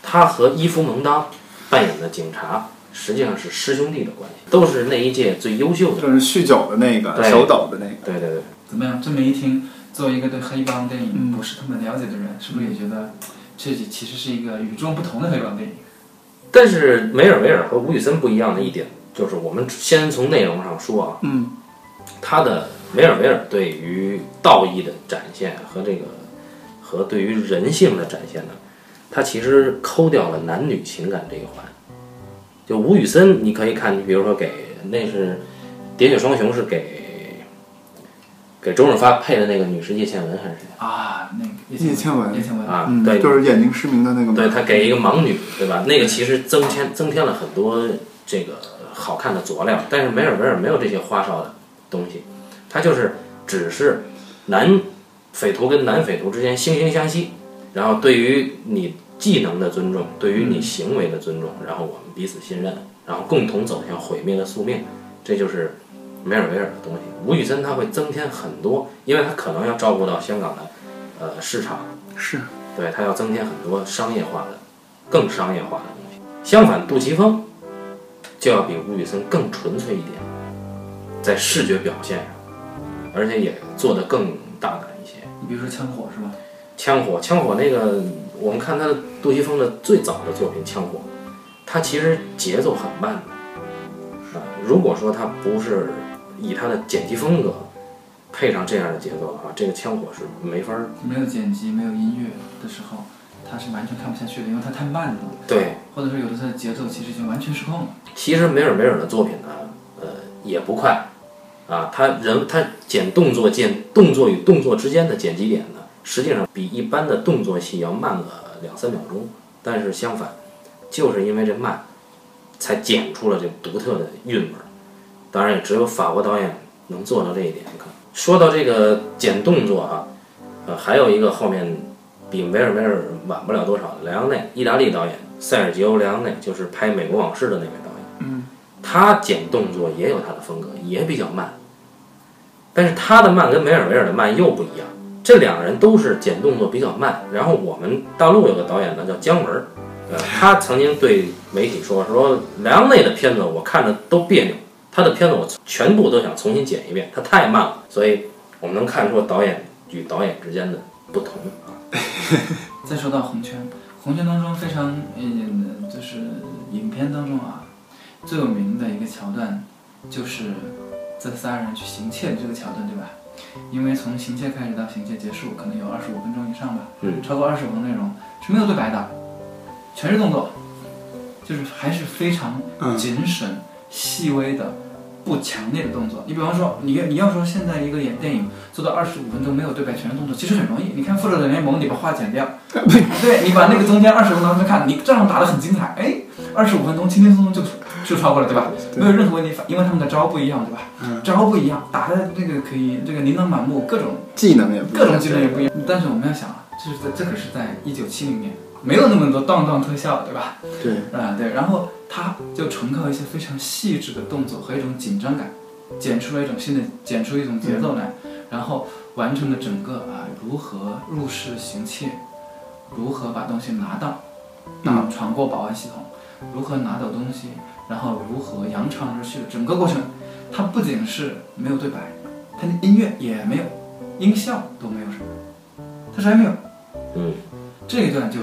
[SPEAKER 2] 他和伊夫蒙当扮演的警察实际上是师兄弟的关系，都是那一届最优秀的。
[SPEAKER 3] 就是酗酒的那个
[SPEAKER 2] 对
[SPEAKER 3] 手抖的那个，
[SPEAKER 2] 对对对，
[SPEAKER 1] 怎么样？这么一听，作为一个对黑帮电影
[SPEAKER 3] 嗯
[SPEAKER 1] 不是特别了解的人，是不是也觉得这其实是一个与众不同的黑帮电影？
[SPEAKER 2] 但是梅尔维尔和吴宇森不一样的一点，就是我们先从内容上说啊，
[SPEAKER 3] 嗯
[SPEAKER 2] 他的梅尔维尔对于道义的展现和这个和对于人性的展现呢，他其实抠掉了男女情感这一环。就吴宇森，你可以看，比如说给那是《喋血双雄》是给给周润发配的那个女士叶倩文还是谁
[SPEAKER 1] 啊，那个
[SPEAKER 3] 叶倩文
[SPEAKER 1] 叶倩文，
[SPEAKER 2] 啊？
[SPEAKER 3] 嗯，
[SPEAKER 2] 对，
[SPEAKER 3] 就是眼睛失明的那个嘛，
[SPEAKER 2] 对他给一个盲女，对吧？那个其实增添增添了很多这个好看的佐料，但是梅尔维尔没有这些花哨的东西，他就是只是男匪徒跟男匪徒之间惺惺相惜，然后对于你技能的尊重，对于你行为的尊重，然后我们彼此信任，然后共同走向毁灭的宿命，这就是梅尔维尔的东西。吴宇森他会增添很多，因为他可能要照顾到香港的呃市场。
[SPEAKER 3] 是
[SPEAKER 2] 对，它要增添很多商业化的、更商业化的东西。相反，杜琪峰就要比吴宇森更纯粹一点，在视觉表现上，而且也做得更大胆一些。
[SPEAKER 1] 你比如说枪火是吧？
[SPEAKER 2] 枪火，枪火那个，我们看他的杜琪峰的最早的作品《枪火》，他其实节奏很慢的，啊，如果说他不是以他的剪辑风格配上这样的节奏的话，这个枪火是没法儿
[SPEAKER 1] 没有剪辑、没有音乐的时候，它是完全看不下去的，因为它太慢了，
[SPEAKER 2] 对
[SPEAKER 1] 或者说有的时候节奏其实已经完全失控了。
[SPEAKER 2] 其实梅尔梅尔的作品呢，呃，也不快，啊，他人他剪动作剪动作与动作之间的剪辑点呢，实际上比一般的动作戏要慢个两三秒钟，但是相反，就是因为这慢，才剪出了这独特的韵味儿。当然，也只有法国导演能做到这一点。可能说到这个剪动作啊，呃，还有一个后面比梅尔梅尔晚不了多少的莱昂内，意大利导演塞尔吉欧·莱昂内，就是拍《美国往事》的那位导演。
[SPEAKER 3] 嗯，
[SPEAKER 2] 他剪动作也有他的风格，也比较慢，但是他的慢跟梅尔维尔的慢又不一样。这两个人都是剪动作比较慢。然后我们大陆有个导演呢叫姜文儿，呃，他曾经对媒体说说莱昂内的片子我看着都别扭，他的片子我全部都想重新剪一遍，他太慢了。所以我们能看出导演与导演之间的不同啊。
[SPEAKER 1] 再说到红圈，红圈当中非常嗯，就是影片当中啊，最有名的一个桥段，就是这仨人去行窃的这个桥段，对吧？因为从行窃开始到行窃结束，可能有二十五分钟以上吧，
[SPEAKER 2] 嗯
[SPEAKER 1] 超过二十分钟内容是没有对白的，全是动作，就是还是非常
[SPEAKER 3] 嗯
[SPEAKER 1] 谨慎，细微的、不强烈的动作。你比方说，你你要说现在一个演电影做到二十五分钟没有对白全是动作，其实很容易。你看《复仇者联盟》，你把话剪掉， 对你把那个中间二十分钟看，你照样打得很精彩。哎，二十五分钟轻轻松松就就超过了，对吧？没有任何问题，因为他们的招不一样，对吧？
[SPEAKER 3] 嗯
[SPEAKER 1] 招不一样，打的那个可以，这个琳琅满目，各种
[SPEAKER 3] 技能也不一
[SPEAKER 1] 各
[SPEAKER 3] 样
[SPEAKER 1] 种技能也不一样。但是我们要想啊，这是在这可是在一九七零年，没有那么多当当特效，对吧？
[SPEAKER 3] 对，
[SPEAKER 1] 啊，对，然后他就纯靠一些非常细致的动作和一种紧张感，剪出了一种新的，剪出一种节奏来，然后完成了整个啊如何入室行窃，如何把东西拿到，
[SPEAKER 2] 嗯
[SPEAKER 1] 啊闯过保安系统，如何拿走东西，然后如何扬长而去的整个过程，它不仅是没有对白，它的音乐也没有，音效都没有什么，它啥也没有。
[SPEAKER 2] 嗯，
[SPEAKER 1] 这一段就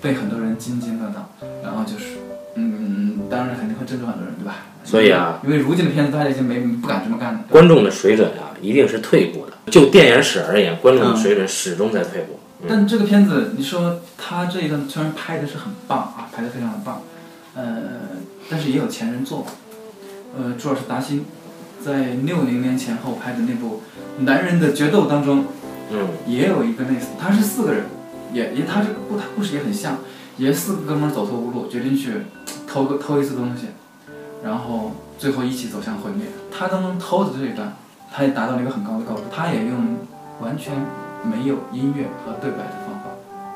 [SPEAKER 1] 被很多人津津乐道，然后就是，嗯，当然肯定会震慑很多人，对吧？
[SPEAKER 2] 所以啊，
[SPEAKER 1] 因为如今的片子大家已经没不敢这么干了。对吧
[SPEAKER 2] 观众的水准啊，一定是退步的。就电影史而言，观众的水准始终在退步。嗯，
[SPEAKER 1] 但这个片子，你说他这一段虽然拍的是很棒啊，拍的非常的棒，呃，但是也有前人做过，呃，朱尔是达辛在六零年前后拍的那部《男人的决斗》当中，
[SPEAKER 2] 嗯，
[SPEAKER 1] 也有一个类似，他是四个人，也也他这个故他故事也很像，也四个哥们儿走投无路，决定去偷个偷一次东西，然后最后一起走向毁灭。他当中偷的这一段，他也达到了一个很高的高度，他也用完全没有音乐和对白的方法，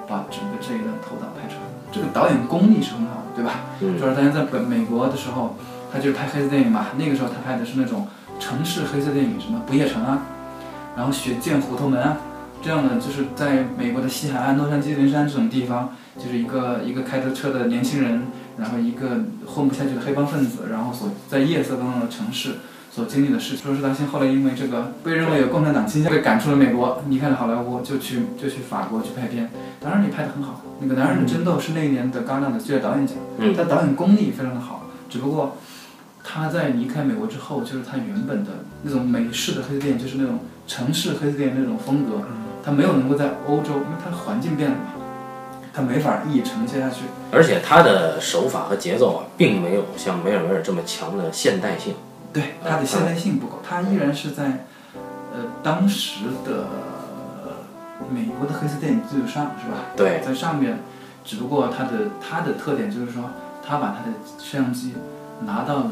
[SPEAKER 1] 把整个这一段偷盗拍出来。这个导演功力是很好的，对吧？
[SPEAKER 2] 嗯
[SPEAKER 1] 就是当年在本美国的时候，他就是拍黑色电影嘛，那个时候他拍的是那种城市黑色电影，什么《不夜城》啊，然后《血溅虎头门》啊，这样的就是在美国的西海岸、洛杉矶、云山这种地方，就是一个一个开着车的年轻人，然后一个混不下去的黑帮分子，然后所在夜色当中的城市。所经历的事，说是他现后来因为这个被认为有共产党倾向，被赶出了美国，离开了好莱坞，就去就去法国去拍片。当然，你拍的很好，那个《男人的争斗》是那一年的戛纳的最佳导演奖。
[SPEAKER 2] 嗯
[SPEAKER 1] 他导演功力非常的好，只不过他在离开美国之后，就是他原本的那种美式的黑色电影，就是那种城市黑色电影那种风格，他没有能够在欧洲，因为他环境变了嘛，他没法一直承接下去。
[SPEAKER 2] 而且他的手法和节奏啊，并没有像梅尔维尔这么强的现代性。
[SPEAKER 1] 对，它的现代性不够，它依然是在呃当时的、呃美国的黑色电影基础上，是吧？
[SPEAKER 2] 啊对，
[SPEAKER 1] 在上面，只不过它的它的特点就是说，它把它的摄像机拿到了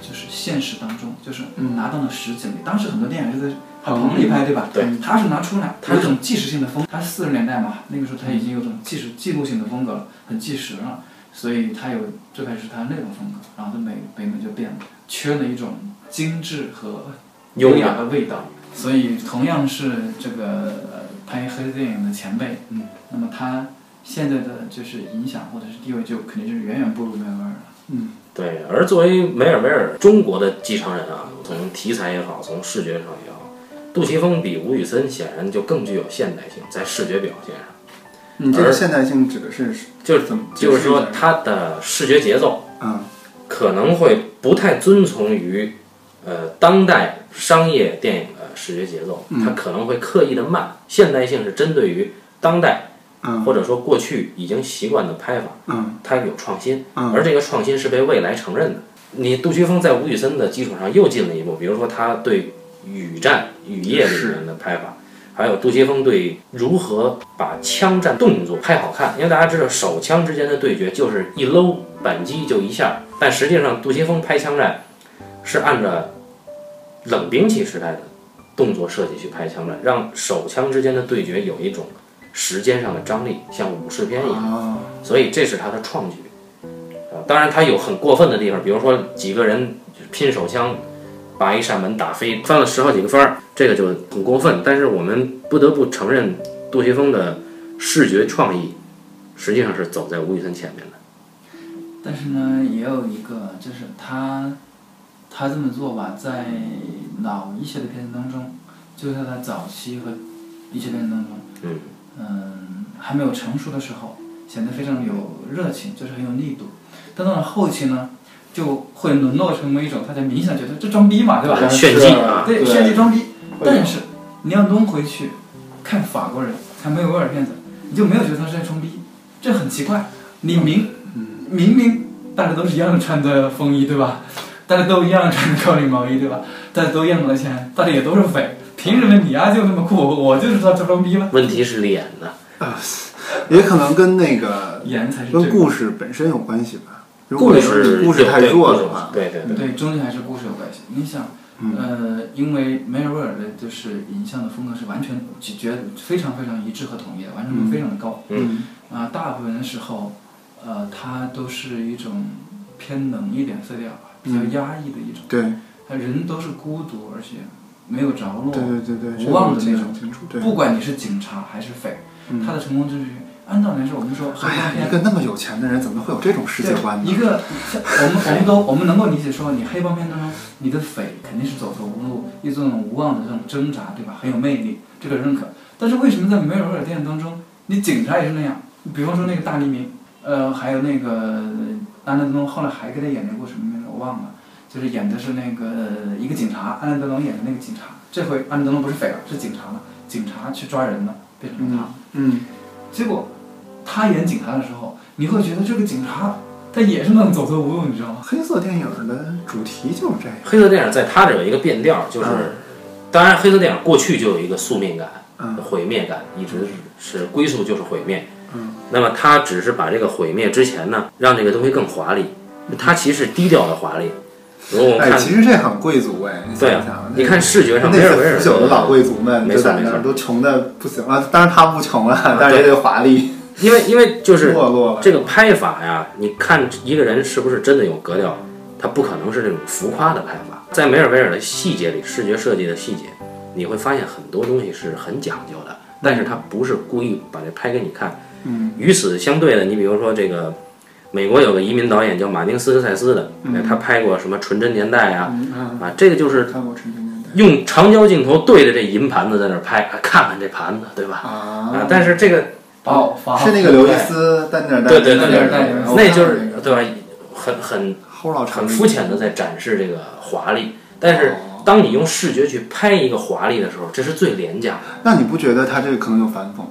[SPEAKER 1] 就是现实当中，就是
[SPEAKER 2] 嗯
[SPEAKER 1] 拿到了实景里。当时很多电影是在棚里拍，对吧？
[SPEAKER 2] 对，
[SPEAKER 1] 它是拿出来，它
[SPEAKER 2] 它
[SPEAKER 1] 有一种纪实性的风，它四十年代嘛，那个时候它已经有种纪实记录性的风格了，很纪实了，所以它有最开始它那种风格，然后它美北美就变了，缺了一种精致和
[SPEAKER 2] 优
[SPEAKER 1] 雅
[SPEAKER 2] 雅
[SPEAKER 1] 的味道。所以同样是这个呃拍黑色电影的前辈，
[SPEAKER 3] 嗯，
[SPEAKER 1] 那么他现在的就是影响或者是地位就肯定就是远远不如梅尔维尔了。
[SPEAKER 3] 嗯，
[SPEAKER 2] 对，而作为梅尔维尔中国的继承人啊，从题材也好，从视觉上也好，杜琪峰比吴宇森显然就更具有现代性，在视觉表现上，
[SPEAKER 3] 你这个
[SPEAKER 2] 而
[SPEAKER 3] 现代性指的是
[SPEAKER 2] 就是
[SPEAKER 3] 怎么？
[SPEAKER 2] 就是说
[SPEAKER 3] 解释一下，
[SPEAKER 2] 他的视觉节奏
[SPEAKER 3] 嗯
[SPEAKER 2] 可能会不太遵从于呃当代商业电影的视觉节奏，
[SPEAKER 3] 嗯
[SPEAKER 2] 它可能会刻意的慢。现代性是针对于当代
[SPEAKER 3] 嗯
[SPEAKER 2] 或者说过去已经习惯的拍法，
[SPEAKER 3] 嗯
[SPEAKER 2] 它有创新，
[SPEAKER 3] 嗯
[SPEAKER 2] 而这个创新是被未来承认的。你杜琪峰在吴宇森的基础上又进了一步，比如说他对雨战、雨夜里面的拍法，还有杜琪峰对如何把枪战动作拍好看。因为大家知道手枪之间的对决就是一搂扳机就一下，但实际上杜琪峰拍枪战是按照冷兵器时代的动作设计去拍枪战，让手枪之间的对决有一种时间上的张力，像武士片一样。
[SPEAKER 3] 啊，
[SPEAKER 2] 所以这是他的创举。啊，当然他有很过分的地方，比如说几个人拼手枪，把一扇门打飞，翻了十好几个翻儿，这个就很过分。但是我们不得不承认，杜琪峰的视觉创意实际上是走在吴宇森前面的。
[SPEAKER 1] 但是呢，也有一个就是他，他这么做吧，在老一些的片子当中，就在他早期和一些片子当中，
[SPEAKER 2] 嗯
[SPEAKER 1] 嗯，还没有成熟的时候，显得非常有热情，就是很有力度。但到了后期呢，就会沦落成为一种大家明显觉得这装逼嘛，对吧？
[SPEAKER 2] 炫技啊
[SPEAKER 1] 对，炫技装逼。但
[SPEAKER 3] 是
[SPEAKER 1] 是你要抡回去看法国人看梅维尔片子，你就没有觉得他是在装逼，
[SPEAKER 3] 嗯
[SPEAKER 1] 这很奇怪。你明、明明大家都是一样的穿的风衣，对吧？大家都一样穿着高领毛衣，对吧？大家都一样的钱，大家也都是匪，凭什么你丫、就那么酷，我就是他这装逼吗？
[SPEAKER 2] 问题是脸呢，
[SPEAKER 3] 也可能跟那个
[SPEAKER 1] 演才是
[SPEAKER 3] 跟
[SPEAKER 1] 这个，
[SPEAKER 3] 故事本身有关系吧。如果说
[SPEAKER 2] 事
[SPEAKER 3] 你故事太弱的话，
[SPEAKER 2] 对对对，
[SPEAKER 1] 对，终究还是故事有关系。你想，
[SPEAKER 3] 嗯
[SPEAKER 1] 呃，因为梅尔维尔的就是影像的风格是完全绝非常非常一致和统一的，完成度非常的高。
[SPEAKER 3] 嗯
[SPEAKER 1] 啊，大部分的时候，呃，它都是一种偏冷一点色调吧，比较
[SPEAKER 3] 嗯
[SPEAKER 1] 压抑的一种。
[SPEAKER 3] 对
[SPEAKER 1] 他人都是孤独，而且没有着落。
[SPEAKER 3] 对对对对，这
[SPEAKER 1] 无望的
[SPEAKER 3] 个我记得
[SPEAKER 1] 那种
[SPEAKER 3] 很清楚。对，
[SPEAKER 1] 不管你是警察还是匪，
[SPEAKER 3] 嗯
[SPEAKER 1] 他的成功就是按道理来说，我们说黑帮
[SPEAKER 3] 哎呀，
[SPEAKER 1] 片。
[SPEAKER 3] 一个那么有钱的人，怎么会有这种世界观
[SPEAKER 1] 对一
[SPEAKER 3] 呢？
[SPEAKER 1] 个，像我们我们都我们能够理解说，你黑帮片当中，你的匪肯定是走投无路，一种无望的这种挣扎，对吧？很有魅力，这个认可。但是为什么在梅尔维尔电影当中，你警察也是那样？比方说那个大黎明，呃，还有那个安德龙，后来还给他演了一部什么名字我忘了，就是演的是那个呃一个警察，安德龙演的那个警察。这回安德龙不是匪了，是警察了，警察去抓人了，变成了他。
[SPEAKER 3] 嗯，
[SPEAKER 1] 结果他演警察的时候，你会觉得这个警察他也是那种走投无路，你知道吗？
[SPEAKER 3] 黑色电影的主题就是这样。
[SPEAKER 2] 黑色电影在它这有一个变调，就是，
[SPEAKER 3] 嗯
[SPEAKER 2] 当然黑色电影过去就有一个宿命感、
[SPEAKER 3] 嗯
[SPEAKER 2] 毁灭感，一直是归宿就是毁灭。
[SPEAKER 3] 嗯，
[SPEAKER 2] 那么它只是把这个毁灭之前呢，让这个东西更华丽，
[SPEAKER 3] 嗯
[SPEAKER 2] 它其实低调的华丽。如果我们
[SPEAKER 3] 哎，
[SPEAKER 2] 看，
[SPEAKER 3] 其实这很贵族哎，你
[SPEAKER 2] 对
[SPEAKER 3] 想
[SPEAKER 2] 啊
[SPEAKER 3] 想，，
[SPEAKER 2] 你看视觉上
[SPEAKER 3] 那
[SPEAKER 2] 梅尔维尔
[SPEAKER 3] 些腐朽的老贵族们
[SPEAKER 2] 没
[SPEAKER 3] 就
[SPEAKER 2] 错
[SPEAKER 3] 在
[SPEAKER 2] 没
[SPEAKER 3] 那
[SPEAKER 2] 错
[SPEAKER 3] 儿都穷的不行了，当然他不穷了，但是也得华丽
[SPEAKER 2] 因为因为就是
[SPEAKER 3] 没落了。
[SPEAKER 2] 这个拍法呀，你看一个人是不是真的有格调，他不可能是那种浮夸的拍法。在梅尔维尔的细节里，视觉设计的细节，你会发现很多东西是很讲究的，但是他不是故意把这拍给你看。
[SPEAKER 3] 嗯，
[SPEAKER 2] 与此相对的，你比如说这个。美国有个移民导演叫马丁·斯科塞斯的，哎他拍过什么《纯真年代》啊，
[SPEAKER 3] 嗯嗯，
[SPEAKER 2] 啊，这个就是
[SPEAKER 3] 看过《陈真年代
[SPEAKER 2] 用长焦镜头对着这银盘子在那儿拍，啊看看这盘子，对》吧？啊
[SPEAKER 3] 啊，，
[SPEAKER 2] 但是这个
[SPEAKER 1] 爆发
[SPEAKER 3] 是那个刘易斯丹尼尔戴
[SPEAKER 2] 对对
[SPEAKER 1] 对
[SPEAKER 3] 对
[SPEAKER 1] 对对
[SPEAKER 2] 那就是对吧？很很
[SPEAKER 3] 齁老长
[SPEAKER 2] 很肤浅的在展示这个华丽，但是
[SPEAKER 3] 哦
[SPEAKER 2] 当你用视觉去拍一个华丽的时候，这是最廉价的。
[SPEAKER 3] 那你不觉得他这个可能有反讽吗？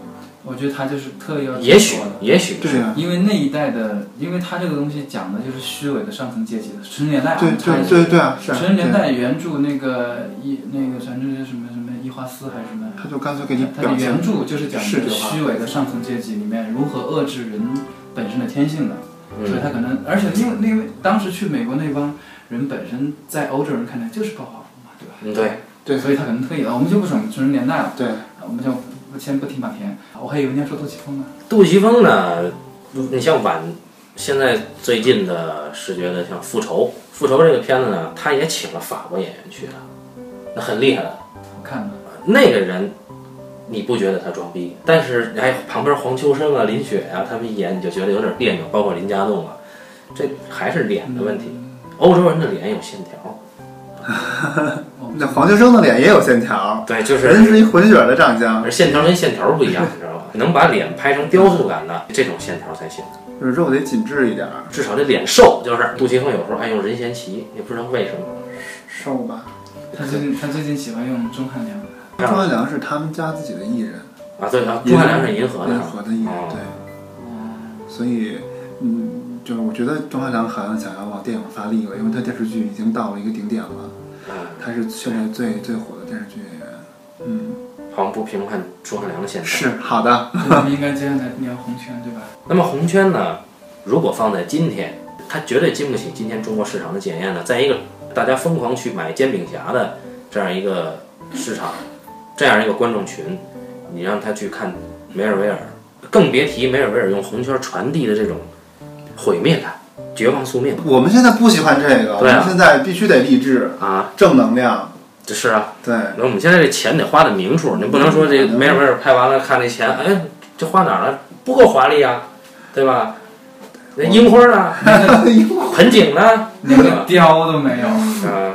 [SPEAKER 1] 我觉得他就是特意要这么
[SPEAKER 2] 也许
[SPEAKER 1] 说的，
[SPEAKER 2] 也许
[SPEAKER 3] 对啊
[SPEAKER 2] 是
[SPEAKER 3] 呀、
[SPEAKER 1] 因为那一代的，因为他这个东西讲的就是虚伪的上层阶级的，十年代啊，
[SPEAKER 3] 对
[SPEAKER 1] 差
[SPEAKER 3] 对
[SPEAKER 1] 一
[SPEAKER 3] 对对啊，是啊，
[SPEAKER 1] 十年
[SPEAKER 3] 对啊
[SPEAKER 1] 代原著那个一那个反正是什么什么伊华斯还是什么，
[SPEAKER 3] 他就干脆给你
[SPEAKER 1] 他的
[SPEAKER 3] 表现
[SPEAKER 1] 原著就是讲
[SPEAKER 3] 视
[SPEAKER 1] 的
[SPEAKER 3] 觉化
[SPEAKER 1] 虚伪的上层阶级里面如何遏制人本身的天性的。所以
[SPEAKER 2] 嗯，
[SPEAKER 1] 他可能，而且因为因为当时去美国那帮人本身在欧洲人看来就是暴发户嘛，对吧？
[SPEAKER 2] 嗯对，
[SPEAKER 3] 对
[SPEAKER 1] 所以他可能退了，我们就不讲纯年代了，
[SPEAKER 3] 对，
[SPEAKER 1] 我们就不先不听马田，我还以为人家说杜琪峰呢。
[SPEAKER 2] 杜琪峰呢，嗯你像晚现在最近的视觉的像《复仇》，《复仇》这个片子呢，他也请了法国演员去的，那很厉害的。
[SPEAKER 1] 我看了，
[SPEAKER 2] 那个人，你不觉得他装逼？但是哎，旁边黄秋生啊、林雪啊，他们一演你就觉得有点别扭，包括林家栋啊，这还是脸的问题。欧洲人的脸有线条，
[SPEAKER 1] 我
[SPEAKER 3] 那黄秋生的脸也有线条，
[SPEAKER 2] 对，就
[SPEAKER 3] 人
[SPEAKER 2] 是
[SPEAKER 3] 是一混血的长相，
[SPEAKER 2] 而线条跟线条不一样，你知 道吧？能把脸拍成雕塑感的这种线条才行，
[SPEAKER 3] 就是肉得紧致一点儿，
[SPEAKER 2] 至少这脸瘦。就是哎杜琪峰有时候爱用人贤齐，也不知道为什么。
[SPEAKER 3] 瘦吧。
[SPEAKER 2] 啊
[SPEAKER 1] 他最近他最近喜欢用钟汉良，
[SPEAKER 3] 朱汉良是他们家自己的艺人，
[SPEAKER 2] 啊，对啊，朱汉良是银河的嗯
[SPEAKER 3] 联
[SPEAKER 2] 是吧，
[SPEAKER 3] 合的艺人，
[SPEAKER 1] 哦
[SPEAKER 3] 对，所以，嗯，就是我觉得钟汉良好像想要往电影发力了，因为他电视剧已经到了一个顶点了，
[SPEAKER 2] 嗯，
[SPEAKER 3] 他是现在最最火的电视剧演员。嗯，
[SPEAKER 2] 好像不评判朱汉良的线条。
[SPEAKER 3] 是好的，
[SPEAKER 1] 对我们应该接下来聊红圈， 对吧？
[SPEAKER 2] 那么红圈呢，如果放在今天，它绝对经不起今天中国市场的检验的。在一个大家疯狂去买煎饼侠的这样一个市场，这样一个观众群，你让他去看梅尔维尔，更别提梅尔维尔用红圈传递的这种毁灭感、绝望宿命
[SPEAKER 3] 我们现在不喜欢这个，我
[SPEAKER 2] 对啊
[SPEAKER 3] 们现在必须得励志、
[SPEAKER 2] 啊！
[SPEAKER 3] 正能量，
[SPEAKER 2] 这是啊，
[SPEAKER 3] 对。
[SPEAKER 2] 那我们现在这钱得花的明处，你不能说这梅尔维尔拍完了看这钱，哎，这花哪儿了？不够华丽啊，对吧？那樱花呢？盆景呢？
[SPEAKER 1] 连个雕都没有，
[SPEAKER 2] 啊，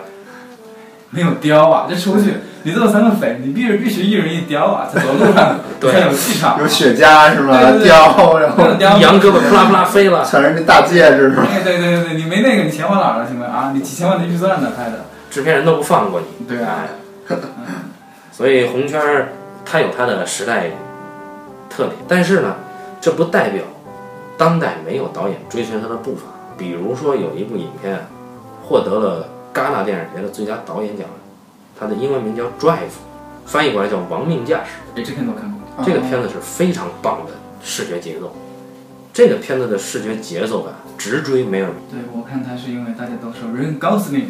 [SPEAKER 1] 没有雕啊！这出去，你做三个匪，你必须必须一人一雕啊，在走路上
[SPEAKER 2] 对
[SPEAKER 1] 才有气场。
[SPEAKER 3] 有雪茄是
[SPEAKER 1] 对
[SPEAKER 3] 吧？
[SPEAKER 1] 对对
[SPEAKER 3] 雕，然
[SPEAKER 1] 没有
[SPEAKER 3] 后
[SPEAKER 1] 雕，
[SPEAKER 2] 羊胳膊扑啦扑啦飞了，
[SPEAKER 3] 全是那大戒指是吧？
[SPEAKER 1] 哎，对对对对，你没那个，你钱花哪儿了？请问啊，你几千万的预算呢拍的？
[SPEAKER 2] 制片人都不放过你。
[SPEAKER 1] 对啊
[SPEAKER 2] 哎，所以红圈儿它有它的时代特点，但是呢，这不代表当代没有导演追随它的步伐。比如说有一部影片获得了戛纳电影节的最佳导演奖，它的英文名叫《Drive》，翻译过来叫《亡命驾驶》。
[SPEAKER 1] 哎这片我看过，
[SPEAKER 2] 这个片子是非常棒的视觉节奏，这个片子的视觉节奏感直追梅尔米，
[SPEAKER 1] 对我看它是因为大家都说 Ryan Gosling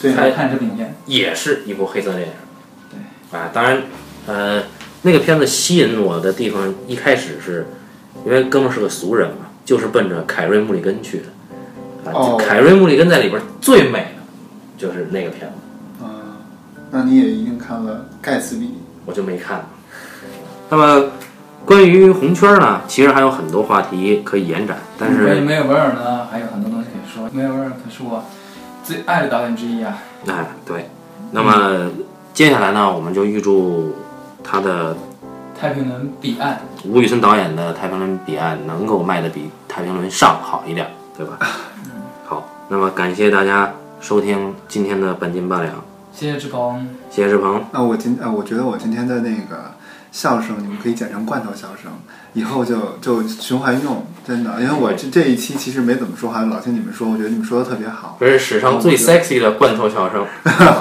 [SPEAKER 3] 对
[SPEAKER 1] 才看这个影片，
[SPEAKER 2] 也是一部黑色电影。对，啊，当然，呃，那个片子吸引我的地方，一开始是因为哥们儿是个俗人嘛，就是奔着凯瑞·穆里根去的。啊，
[SPEAKER 3] 哦
[SPEAKER 2] 凯瑞·穆里根在里边最美的就是那个片子，
[SPEAKER 3] 嗯，那你也一定看了《盖茨比》。
[SPEAKER 2] 我就没看。那么，关于红圈呢，其实还有很多话题嗯可以延展，但是
[SPEAKER 1] 关于梅尔维尔呢，还有很多东西可以说。梅尔维尔可是我最爱的导演之一啊。
[SPEAKER 2] 哎，对。那么接下来呢，我们就预祝他的
[SPEAKER 1] 太平轮彼岸，
[SPEAKER 2] 吴宇森导演的《太平轮彼岸》能够卖的比《太平轮上》好一点，对 吧？好，那么感谢大家收听今天的半斤八两，
[SPEAKER 1] 谢谢志鹏。
[SPEAKER 2] 谢谢志鹏。
[SPEAKER 3] 啊，我今啊，我觉得我今天的那个笑声，你们可以剪成罐头笑声，以后就就循环用，真的，因为我这这一期其实没怎么说话，老听你们说，我觉得你们说的特别好
[SPEAKER 2] 这是史上最 sexy 的罐头笑声。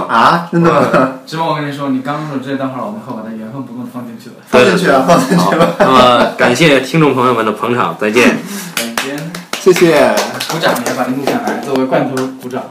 [SPEAKER 3] 啊，真的吗？
[SPEAKER 1] 志鹏，我跟你说，你刚刚说这段话，我们会把它原封不动地放进去的。
[SPEAKER 3] 放进去啊，放进
[SPEAKER 2] 好
[SPEAKER 3] 去吧，，
[SPEAKER 2] 那么感谢听众朋友们的
[SPEAKER 3] 哎
[SPEAKER 2] 捧场，再见。
[SPEAKER 1] 再见，
[SPEAKER 3] 谢谢。
[SPEAKER 1] 鼓掌也把它录下来，作为罐头鼓掌。